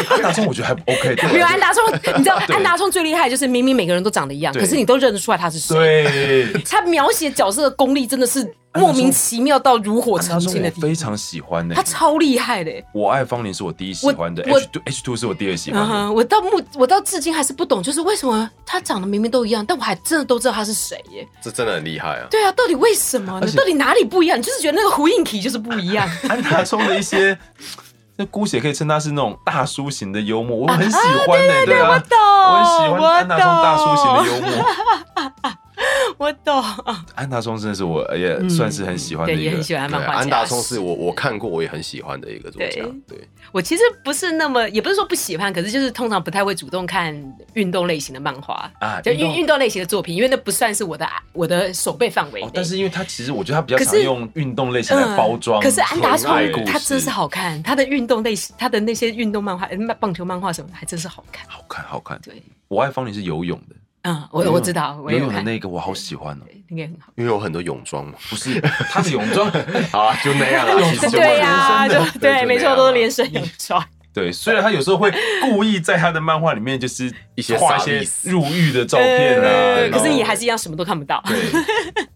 S4: 安达充，我觉得还
S1: 嗯
S4: OK，对
S5: 没
S4: *laughs*
S5: 有安达充，你知道安达充最厉害就是明明每个人都长得一样，
S4: 对
S5: 可是你都认得出来他是谁。
S4: 对。
S5: 他描写角色的功力真的是莫名其妙到炉火
S4: 安达
S5: 纯
S4: 充
S5: 青的
S4: 我
S5: 地
S4: 非
S5: 步，
S4: 常喜欢的、
S5: 他超厉害的欸。
S4: 我爱芳龄是我第一喜欢的
S5: 我
S4: ，H two H two 是我第二喜欢
S5: 嗯
S4: 的。
S5: 哼，我到目我到至今还是不懂，就是为什么他长得明明都一样，但我还真的都知道他是谁耶？
S1: 这真的很厉害啊。
S5: 对啊，到底为什么
S4: 而
S5: 呢？
S4: 且
S5: 到底哪里不一样？你就是觉得那个呼应体就是不一样。
S4: 安达充的一些， *laughs* 那姑且可以称他是那种大叔型的幽默，我很喜欢的、对啊，
S5: 懂
S4: 我很喜欢安达充大叔型的幽默，
S5: 我懂，
S4: *laughs* 安达充真的是我呃也算是很喜欢的
S5: 嗯对，
S4: 一
S5: 也
S4: 个
S5: 很喜欢
S1: 对
S5: 漫画家。
S1: 安达充是我我看过，我也很喜欢的一个作家
S5: 对。
S1: 对，
S5: 我其实不是那么，也不是说不喜欢，可是就是通常不太会主动看运动类型的漫画
S4: 啊
S5: 就
S4: 运动
S5: 运运动类型的作品，因为那不算是我的我的手背范围内
S4: 哦，。但是因为他其实我觉得他比较
S5: 可
S4: 常
S5: 是嗯
S4: 用运动类型来包装，
S5: 可是安达充
S4: 纯爱故事
S5: 他真是好看，他的运动类型，他的那些运动漫画、呃棒球漫画什么的，还真是好看。
S4: 好看好看。
S5: 对，
S4: 我爱芳龄是游泳的，
S5: 嗯，
S4: 哎
S5: 我我知道，我也
S4: 游
S5: 有
S4: 泳的
S5: 看，
S4: 那个我好喜欢哦，
S5: 对那个也很好。
S1: 因为有很多泳装嘛。
S4: 不是他的泳装， *laughs*
S1: 好啦，就那样
S5: *laughs*
S1: 啦，其实就啊
S5: 对呀，就对，没
S4: 啊
S5: 错，都是连
S1: 身。
S5: 身泳装。
S4: 对，虽然他有时候会故意在他的漫画里面就是
S1: 一些
S4: 画一
S1: 傻逼
S4: 些
S1: 死
S4: 入狱的照片啊，
S5: 呃
S4: 然后
S5: 可是也还是一样什么都看不到。
S4: 对，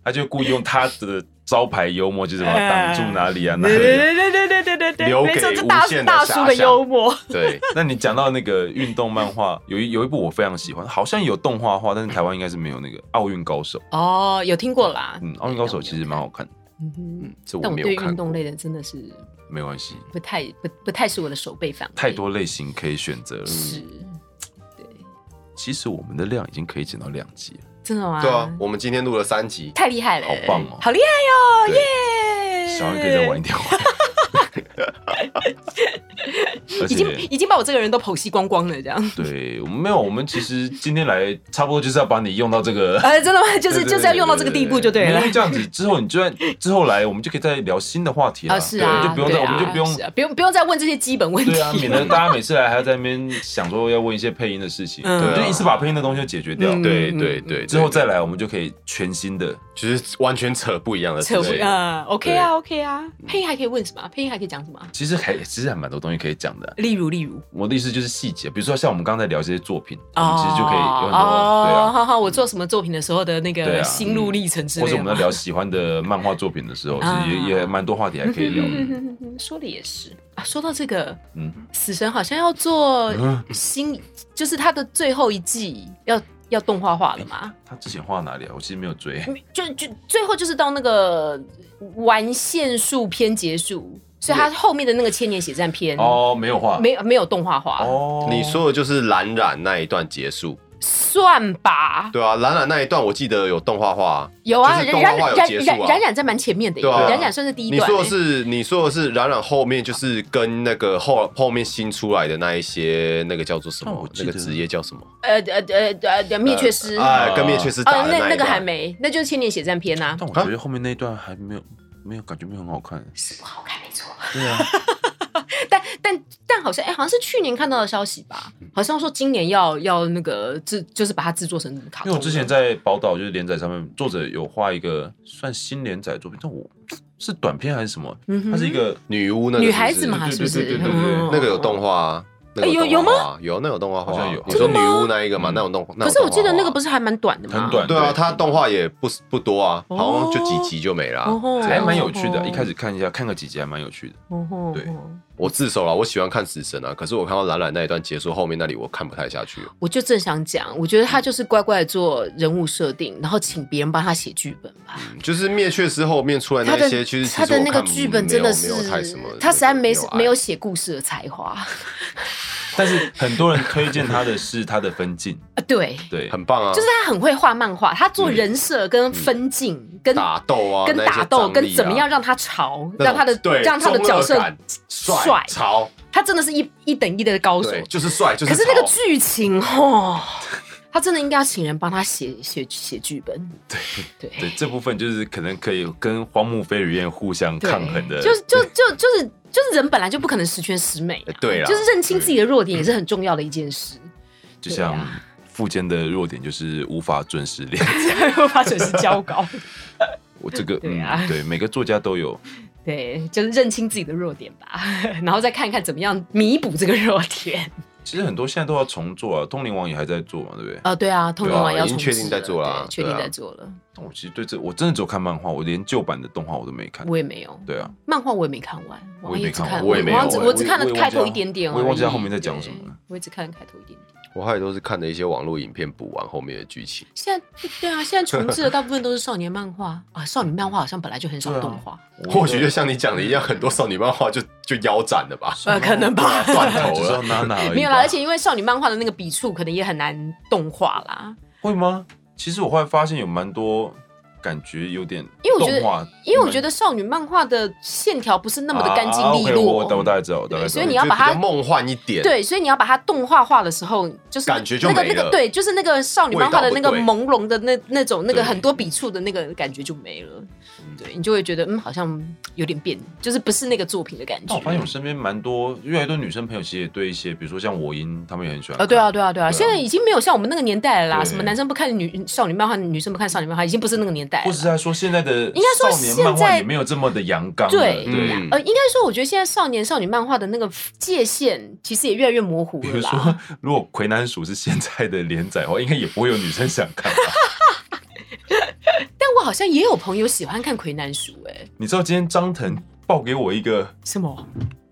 S4: 他就故意用他的招牌幽默，就是把它挡住哪里啊哪
S5: 哎对
S4: 里啊。
S5: 对对对对对对
S1: 留
S5: 对，
S1: 给
S5: 没错，这大
S1: 无限的
S5: 大
S1: 遐
S5: 叔
S1: 想
S5: 的幽默。
S1: 对，
S4: 那你讲到那个运动漫画，有一有一部我非常喜欢，好像有动画化，但是台湾应该是没有那个《奥运高手》。
S5: 哦，有听过啦。
S4: 嗯，《奥运高手》其实蛮好看的，
S5: 嗯哼，
S1: 这我
S5: 但我
S1: 没
S5: 对
S1: 有看
S5: 运动
S1: 过。
S5: 类的真的是
S4: 没关系，
S5: 不太不不太是我的手背范围，
S4: 太多类型可以选择了。
S5: 是，对，
S4: 其实我们的量已经可以减到两集了。
S5: 真的吗？
S1: 对啊，我们今天录了三集，
S5: 太厉害了，
S4: 好棒哦
S5: 好厉害哟，
S4: 对
S5: 耶！
S4: 小安可以再玩一
S5: *laughs*
S4: 点玩。而
S5: 已经
S4: 且，
S5: 已经把我这个人都剖析光光了，这样。
S4: 对，我们没有，我们其实今天来差不多就是要把你用到这个。
S5: 呃，真的吗？就
S4: 对
S5: 是
S4: 对
S5: 就是要用到这个地步就对了
S4: 因为。这样子之后，你就在之后来，我们就可以再聊新的话题了。
S5: 啊，是啊，
S4: 对就不用再，
S5: 对啊
S4: 我们就不用
S5: 是啊不用不用再问这些基本问题
S4: 对
S5: 了
S4: 啊，。免得大家每次来还要在那边想说要问一些配音的事情，
S5: 嗯
S4: 我们就一次把配音的东西解决掉。
S5: 嗯
S1: 对对对，
S4: 之后
S1: 对
S4: 再来，我们就可以全新的。
S1: 就是完全扯不一样的事
S5: 扯不
S1: 情。
S5: 呃，OK 啊，OK 啊，
S4: 嗯
S5: 配音还可以问什么啊？配音还可以讲什么啊？
S4: 其实还其实还蛮多东西可以讲的啊。
S5: 例如，例如，
S4: 我的意思就是细节，比如说像我们刚才聊这些作品，我
S5: 哦，
S4: 们其实就可以有很多对
S5: 哦，
S4: 啊。
S5: 哈哈，我做什么作品的时候的那
S4: 对
S5: 个
S4: 啊嗯
S5: 心路历程之
S4: 或
S5: 类
S4: 者
S5: 的
S4: 我
S5: 吗。
S4: 们在聊喜欢的漫画作品的时候，其
S5: 啊
S4: 实也也蛮多话题还可
S5: 嗯
S4: 以聊的。
S5: 说的也是啊。说到这个，
S4: 嗯
S5: 死神好像要做新，就是他的最后一季要要动画化了嘛？
S4: 他之前画哪里啊？我其实没有追。
S5: 就就最后就是到那个完线数篇结束，所以他后面的那个千年血战篇
S4: 哦，没有画。
S5: 没有没有动画化，
S4: 哦，
S1: 你说的就是蓝染那一段结束，
S5: 算吧？
S1: 对啊，蓝染那一段我记得有动画化啊，
S5: 有啊，
S1: 就是
S5: 冉
S1: 动画
S5: 冉
S1: 化有
S5: 冉
S1: 结束啊
S5: 冉冉冉在蛮前面的耶，
S1: 对啊
S5: 冉冉算是第一
S1: 你
S5: 段耶。
S1: 说的是你说的是冉冉后面就是跟那个后后面新出来的那一些那个叫做什
S4: 那哦我
S1: 么
S4: 记
S1: 那
S4: 得
S1: 个职业叫什么？
S5: 呃呃呃呃灭却师哦，
S1: 哎，跟灭却师打的
S5: 那
S1: 那
S5: 那
S1: 一
S5: 个还
S1: 段。
S5: 没，那就是千年血战篇啊，
S4: 但我觉得后面那一段还没有没有感觉没有很好看。
S5: 是不好看没错。
S4: *laughs* 对 *laughs* 啊，
S5: 但但但好像哎、好像是去年看到的消息吧？好像说今年要要那个制，就是把它制作成卡
S4: 因
S5: 通。
S4: 为我之前在宝岛就是连载上面，作者有画一个算新连载作品，但我是短篇还是什么？
S5: 嗯哼
S4: 它是一个
S1: 女巫那个
S5: 女
S1: 是不
S5: 孩
S1: 是
S5: 子嘛，
S4: 对
S5: 是不
S4: 对
S5: 是？
S4: 对对对对
S5: 嗯
S1: 那个有动。画啊，那个
S5: 哎有
S1: 动画化啊？有那有动画化啊，
S4: 好像有
S1: 你说女巫那一个嘛，
S4: 嗯
S1: 那有动画。那
S5: 可
S1: 有
S5: 是
S1: 动画
S5: 我记得那个不
S1: 化
S5: 是还蛮短的吗？
S4: 很短
S1: 啊。对啊，
S4: 对
S1: 它动画也不不多啊，
S5: 哦
S1: 好像就几集就没了啊。
S5: 哦
S4: 还蛮有趣的，
S5: 哦
S4: 一开始看一下，看个几集还蛮有趣的。
S5: 哦
S4: 对
S1: 我自首了，我喜欢看死神啊，可是我看到蓝染那一段结束后面那里，我看不太下去了。
S5: 我就正想讲，我觉得他就是乖乖的做人物设定，然后请别人帮他写剧本吧。
S1: 就是灭却之后面出来那
S5: 他
S1: 些，
S5: 的
S1: 其实
S5: 他的那个剧本真的是
S1: 没有太什么，，
S5: 他实在没
S1: 有爱
S5: 没有写故事的才华
S4: 但是很多人推荐他的是他的分镜，
S5: 啊。对，
S4: 对，
S1: 很棒啊，
S5: 就是他很会画漫画，他做人设跟分镜跟
S1: 嗯打斗啊，
S5: 跟
S1: 那些
S5: 打斗，
S1: 张力啊
S5: 跟怎么样让他潮，
S1: 那种
S5: 让他的
S1: 对
S5: 让他的角色
S1: 中二感帅
S5: 帅
S1: 潮，
S5: 他真的是一一等一的高手。
S1: 对，就是帅，就是
S5: 可
S1: 潮。
S5: 是那个剧情哦，他真的应该要请人帮他写写写剧本。对
S4: 对这部分就是可能可以跟荒木飞吕彦互相
S5: 对，
S4: 抗衡的，
S5: 就就就就是就是人本来就不可能十全十美啊、
S1: 对啦
S5: 就是认清自己的弱点也是很重要的一件事。
S4: 就像
S5: 啊
S4: 富坚的弱点就是无法准时连载。
S5: 会发准是交稿，
S4: 我这个
S5: *laughs* 对啊
S4: 嗯，对每个作家都有，
S5: *laughs* 对，就是认清自己的弱点吧， *laughs* 然后再看看怎么样弥补这个弱 *laughs* 点。
S4: 其实很多现在都要重做啊，《通灵王》也还在做嘛，对不对？
S5: 啊，对啊，通灵王也要
S1: 已经
S5: 重
S1: 确
S5: 置
S1: 定在做啦
S5: 对确
S1: 对
S5: 定
S1: 啊
S5: 在做了，
S4: 但我其实对这我真的只有看漫画，我连旧版的动画我都没看。
S5: 我也没有。
S4: 对啊，
S5: 漫画我也没看完，
S4: 我也没
S5: 只
S4: 看完
S5: 看，
S1: 我也没有
S5: 只
S1: 我
S5: 我只看
S4: 我
S5: 了
S4: 也
S5: 开
S4: 忘记
S5: 头
S4: 它
S5: 一点点而已，
S4: 我也忘记它后面在讲
S5: 对
S4: 什么了。
S5: 我也只看了开头一点点。
S1: 我后来都是看的一些网络影片补完后面的剧情，
S5: 现在对啊，现在重置的大部分都是少年漫 *laughs* 画啊，少女漫画好像本来就很少动画，
S1: 或许就像你讲的一样，很多少女漫画就就腰斩了吧，
S5: 呃，可能吧。
S1: 断头
S4: 只知道
S1: 了。
S4: *laughs* 娜娜而已吧。
S5: 没有啦，而且因为少女漫画的那个笔触可能也很难动画啦。
S4: 会吗？其实我后来发现有蛮多感觉有点
S5: 因为我觉得
S4: 动画
S5: 因为我觉得少女漫画的线条不是那么的干净
S4: 啊啊
S5: 利
S4: OK，我
S5: 落，
S4: 我大概知道，我大概
S5: 对
S4: 知
S5: 所
S4: 道
S5: 以你要
S1: 就
S5: 把它
S1: 比较梦幻一点，，
S5: 对，所以你要把它动画化的时候，就是
S1: 感觉就
S5: 那个
S1: 没
S5: 那个
S1: 了
S5: 对，就是那个少女漫画的那个
S1: 味道
S5: 朦胧的那那种那个
S4: 对
S5: 很多笔触的那个感觉就没了，对你就会觉得嗯，好像有点变，就是不是那个作品的感觉
S4: 但我。发现我身边蛮多越来越多女生朋友，其实也对一些，比如说像我音，他们也很喜欢。
S5: 啊，对啊，，对啊，对
S4: 对
S5: 啊！
S4: 啊
S5: 现在已经没有像我们那个年代了啦，
S4: 对
S5: 什么男生不看女少女漫画，女生不看少女漫画，已经不是那个年代
S4: 或者是
S5: 了。
S4: 在说现在的
S5: 该说
S4: 少年漫
S5: 现
S4: 画
S5: 在
S4: 也没有这么的阳刚了。啊
S5: 对
S4: 对，
S1: 嗯
S5: 呃，应该说，我觉得现在少年少女漫画的那个界限其实也越来越模糊
S4: 比
S5: 了
S4: 如
S5: 啦。
S4: 说，如果《魁南鼠》是现在的连载的话，应该也不会有女生想看吧。
S5: 但我好像也有朋友喜欢看《魁南鼠》，哎，
S4: 你知道今天张腾报给我一个，
S5: 什么？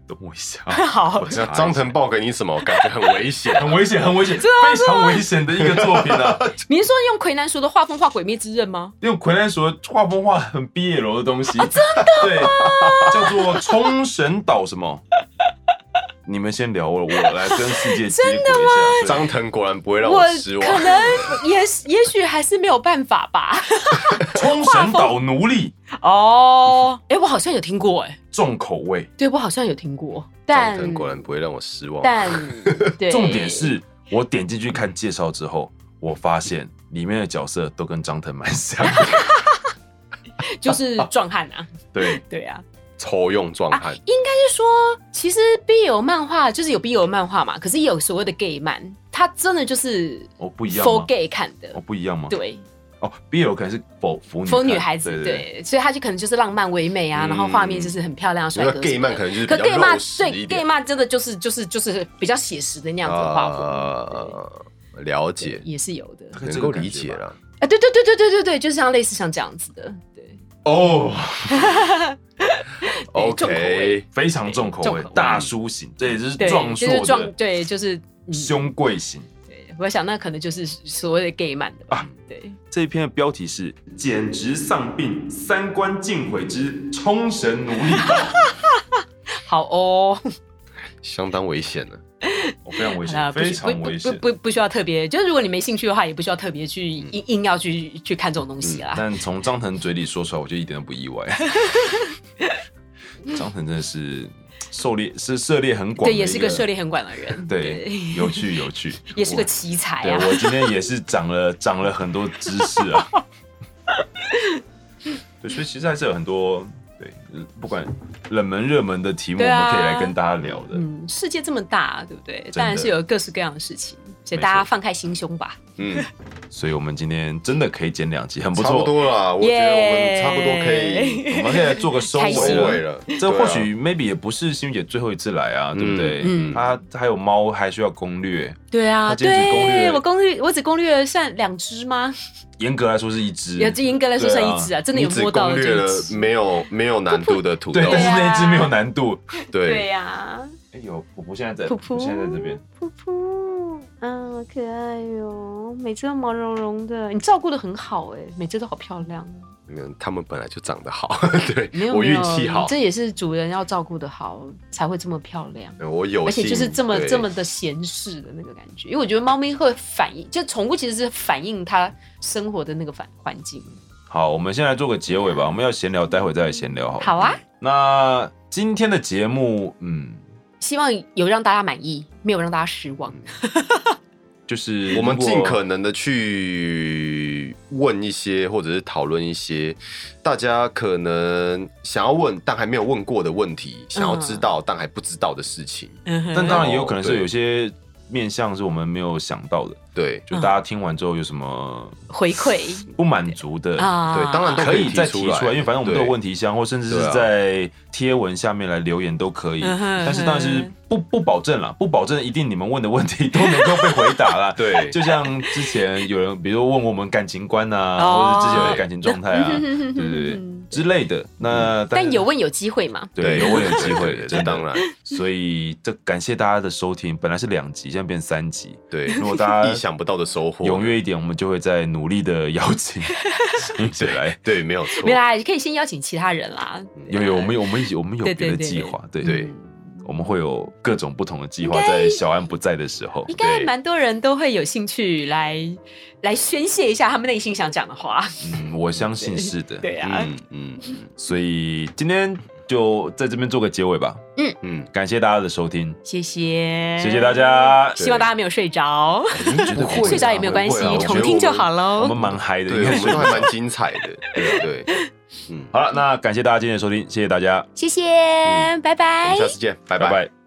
S4: 等我一下，
S5: *laughs* 好
S4: 我，查
S1: 那
S4: 一下。
S1: 张腾报给你什么？感觉很危险
S4: 很危险，很危险，非常危险的一个作品啊！
S5: 你是说用《魁南鼠》的画风画《鬼灭之刃》吗？
S4: 因为《魁南鼠》的画风画很 BL 的东西，
S5: 啊
S4: 真的，对，叫做冲绳岛什么？你们先聊，我我来跟世界接轨一下。
S1: 张腾果然不会让我失望
S5: 可。能也也许还是没有办法
S4: *laughs*
S5: 吧。
S4: 冲绳岛奴隶
S5: 哦，哎，我好像有听过，哎，
S4: 重口味，
S5: 对我好像有听过，
S1: 张
S5: 但
S1: 腾果然不会让我失望。
S5: 但
S1: *laughs*
S5: 对，
S4: 重点是我点进去看介绍之后，我发现里面的角色都跟张腾蛮像的。
S5: *laughs* 就是壮汉啊，
S4: 对，
S5: 对啊，
S1: 抽用壮
S5: 啊
S1: 汉，，
S5: 应该是说，其实 BL 漫画就是有 BL 漫画嘛，可是也有所谓的 gay 漫，它真的就是
S4: 我不一样
S5: for
S4: 吗？
S5: gay 看
S4: 我
S5: 的，
S4: 不一样吗？
S5: 对
S4: 哦，BL 可能是否腐女
S5: ，for
S4: 看
S5: 女孩子，
S4: 对对，
S5: 对，所以它就可能就是浪漫唯美啊，
S1: 嗯
S5: 然后画面就是很漂亮，帅
S1: 那
S5: 哥
S1: 个
S5: 什么
S1: gay 漫
S5: 的。
S1: 可能就是
S5: 可
S1: 比
S5: gay
S1: 较
S5: 漫
S1: 肉食
S5: 对
S1: 一
S5: gay
S1: 点。
S5: 漫真的就是就是就是比较写实的啊那样子的画风，
S1: 啊，了
S5: 对
S1: 解，
S5: 也是有的。
S4: 大概
S1: 能
S4: 这
S1: 够
S4: 个感
S1: 理
S4: 觉
S1: 解
S4: 吧。
S1: 了。
S5: 啊，对对对对对对对，就是像类似像这样子的，对
S1: 哦
S5: 对重口味
S1: ，OK，
S4: 非常重口
S5: 重
S4: 味
S5: 口味，
S4: 大叔型，这也就是
S5: 对，
S4: 壮
S5: 就是
S4: 硕
S5: 壮
S4: 的
S5: 对就是嗯
S4: 胸贵型。
S5: 对，我想那可能就是所谓的 gay 漫的吧
S4: 啊，
S5: 对。
S4: 这一篇的标题是“简直丧病，三观尽毁之冲绳奴
S5: *laughs*
S4: 隶岛
S5: 好
S1: *laughs*
S5: 哦，
S1: 相当危险的。”，
S4: 哦非常危
S5: 好
S4: 险，
S5: 啦不需
S4: 非常危险。
S5: 不不不不需要特别，就是如果你没兴趣的话，也不需要特别去硬硬要去去看这种东西啦。
S4: 但从张腾嘴里说出来，我就一点都不意
S5: *laughs*
S4: 外。张腾真的是狩猎，是涉猎很广，
S5: 对，也是个涉。猎很广的人，
S4: 对，有趣有趣，
S5: *laughs* 也是
S4: 我
S5: 个奇才
S4: 对
S5: 啊。
S4: 我今天也是长
S5: *laughs*
S4: 了长了很多知识啊。对，所以其实还是有很多对，呃不管冷门热门的题目，我
S5: 对啊
S4: 们可以来跟大家聊的。
S5: 嗯，世界这么大，对不对？当然是有各式各样的事情，所以
S4: 没错
S5: 大家放开心胸吧。 *laughs*
S1: 嗯，
S4: 所以我们今天真的可以剪两集，很不
S1: 差
S4: 错。
S1: 不多了，我觉得我们差不多可以
S4: 我
S5: 耶
S4: 们可以来做个收
S5: 开
S1: 收
S5: 始
S4: 尾
S1: 尾了。
S4: 了。
S1: 啊
S4: 这或许 maybe 也不是心雨姐最后一次来啊，对不对？
S5: 嗯
S4: 她她还有猫，还需要攻略。
S5: 对啊，
S4: 他今天只攻略
S5: 对我攻略，我只攻略了算两只吗？
S4: 严格来说是一只，
S5: 也严格来说算一只啊，真的
S1: 你
S5: 有
S1: 只
S5: 摸到
S1: 攻
S5: 了
S1: 略
S5: 这
S1: 了嗯
S5: 一只。
S1: 没有没有难度的土豆
S4: 对，，但是
S5: 啊
S4: 那一只没有难度。
S5: 对
S1: 对，
S5: 呀、
S4: 哎呦，我我现在在，
S5: 噗噗
S4: 我现在在这边。
S5: 噗噗，啊，好可爱哟、每只都毛茸茸的，你照顾的很好哎、每只都好漂亮。
S1: 嗯，他们本来就长得好， *laughs*
S5: 没
S1: 对
S5: 有
S1: 我
S5: 没
S1: 运
S5: 有
S1: 气好，
S5: 这也是主人要照顾的好才会这么漂亮。
S1: 嗯我有
S5: 而且
S1: 幸，
S5: 就是这么
S1: 对
S5: 这么的闲适的那个感觉，因为我觉得猫咪会反映，就宠物其实是反映它生活的那个反环境。
S4: 好，我们先来做个结尾吧。我们要闲聊，待会再来闲聊好了。
S5: 好啊，
S4: 那今天的节目，嗯，
S5: 希望有让大家满意，没有让大家失望。
S4: 就是
S1: 我们
S4: 如果
S1: 尽可能的去问一些，或者是讨论一些大家可能想要问但还没有问过的问题，想要知道但还不知道的事情。
S4: 但当然也有可能是
S1: 哦对
S4: 有些面向是我们没有想到的，
S1: 对
S4: 就大家听完之后有什么
S5: 回馈
S4: 不满足的，
S5: 啊，
S1: 对，当然都
S4: 可以再
S1: 提
S4: 提
S1: 出
S4: 出来，因为反正我们都有
S1: 对
S4: 问题箱，或甚至是
S1: 对啊。
S4: 在贴文下面来留言都可以。
S5: 嗯哼
S4: 但是当然是不不保证啦，不保证一定你们问的问题都能够被回答啦
S1: 对
S4: 就像之前有人，比如说问我们感情观啊，
S5: 哦
S4: 或者是之前的感情状态啊，
S5: *laughs* 嗯
S4: 对对对之类的。那
S5: 但
S4: 是
S5: 有问有机会嘛？
S4: 对有问有机
S1: *laughs* 对对
S4: 会，
S1: 对
S4: 真
S1: 这
S4: 的
S1: 当。然
S4: 所以这感谢大家的收听，本来是两集，现在变三集。
S1: 对，
S4: 如果大家
S1: 意想不到的收获，
S4: 踊跃一点，我们就会再努力的邀请心姐来。
S1: 对，没有错
S5: 没，啦，可以先邀请其他人啦。
S4: 有有，我们有我们有我们有
S5: 对
S4: 别
S5: 对
S4: 的
S5: 对
S4: 计划，对
S1: 对
S5: 嗯
S4: 我们会有各种不同的计划，在小安不在的时候
S5: 应。该
S1: 对
S5: 蛮多人都会有兴趣来来宣泄一下他们内心想讲的话。
S4: 嗯，我相信是的。
S5: 对啊，
S1: 嗯嗯嗯
S4: 所以今天就在这边做个结尾吧。
S1: 嗯，
S4: 感谢大家的收听，
S5: 谢谢，
S4: 谢谢大。家。
S5: 希望大家没有睡着，
S1: 不会啦啊
S5: 睡着也没有关系
S1: 不会啦我，觉得
S5: 重听就好
S4: 我们
S5: 喽。
S4: 蛮嗨的，
S1: 对，
S4: 应该
S1: 我
S4: 是
S1: 们都还蛮精彩的，对对，嗯，
S4: 好了，那感谢大家今天的收听，谢谢大家，
S5: 谢谢，拜
S1: 我
S5: 拜
S1: 们下。次见，拜
S4: 拜
S1: 拜。
S4: 拜。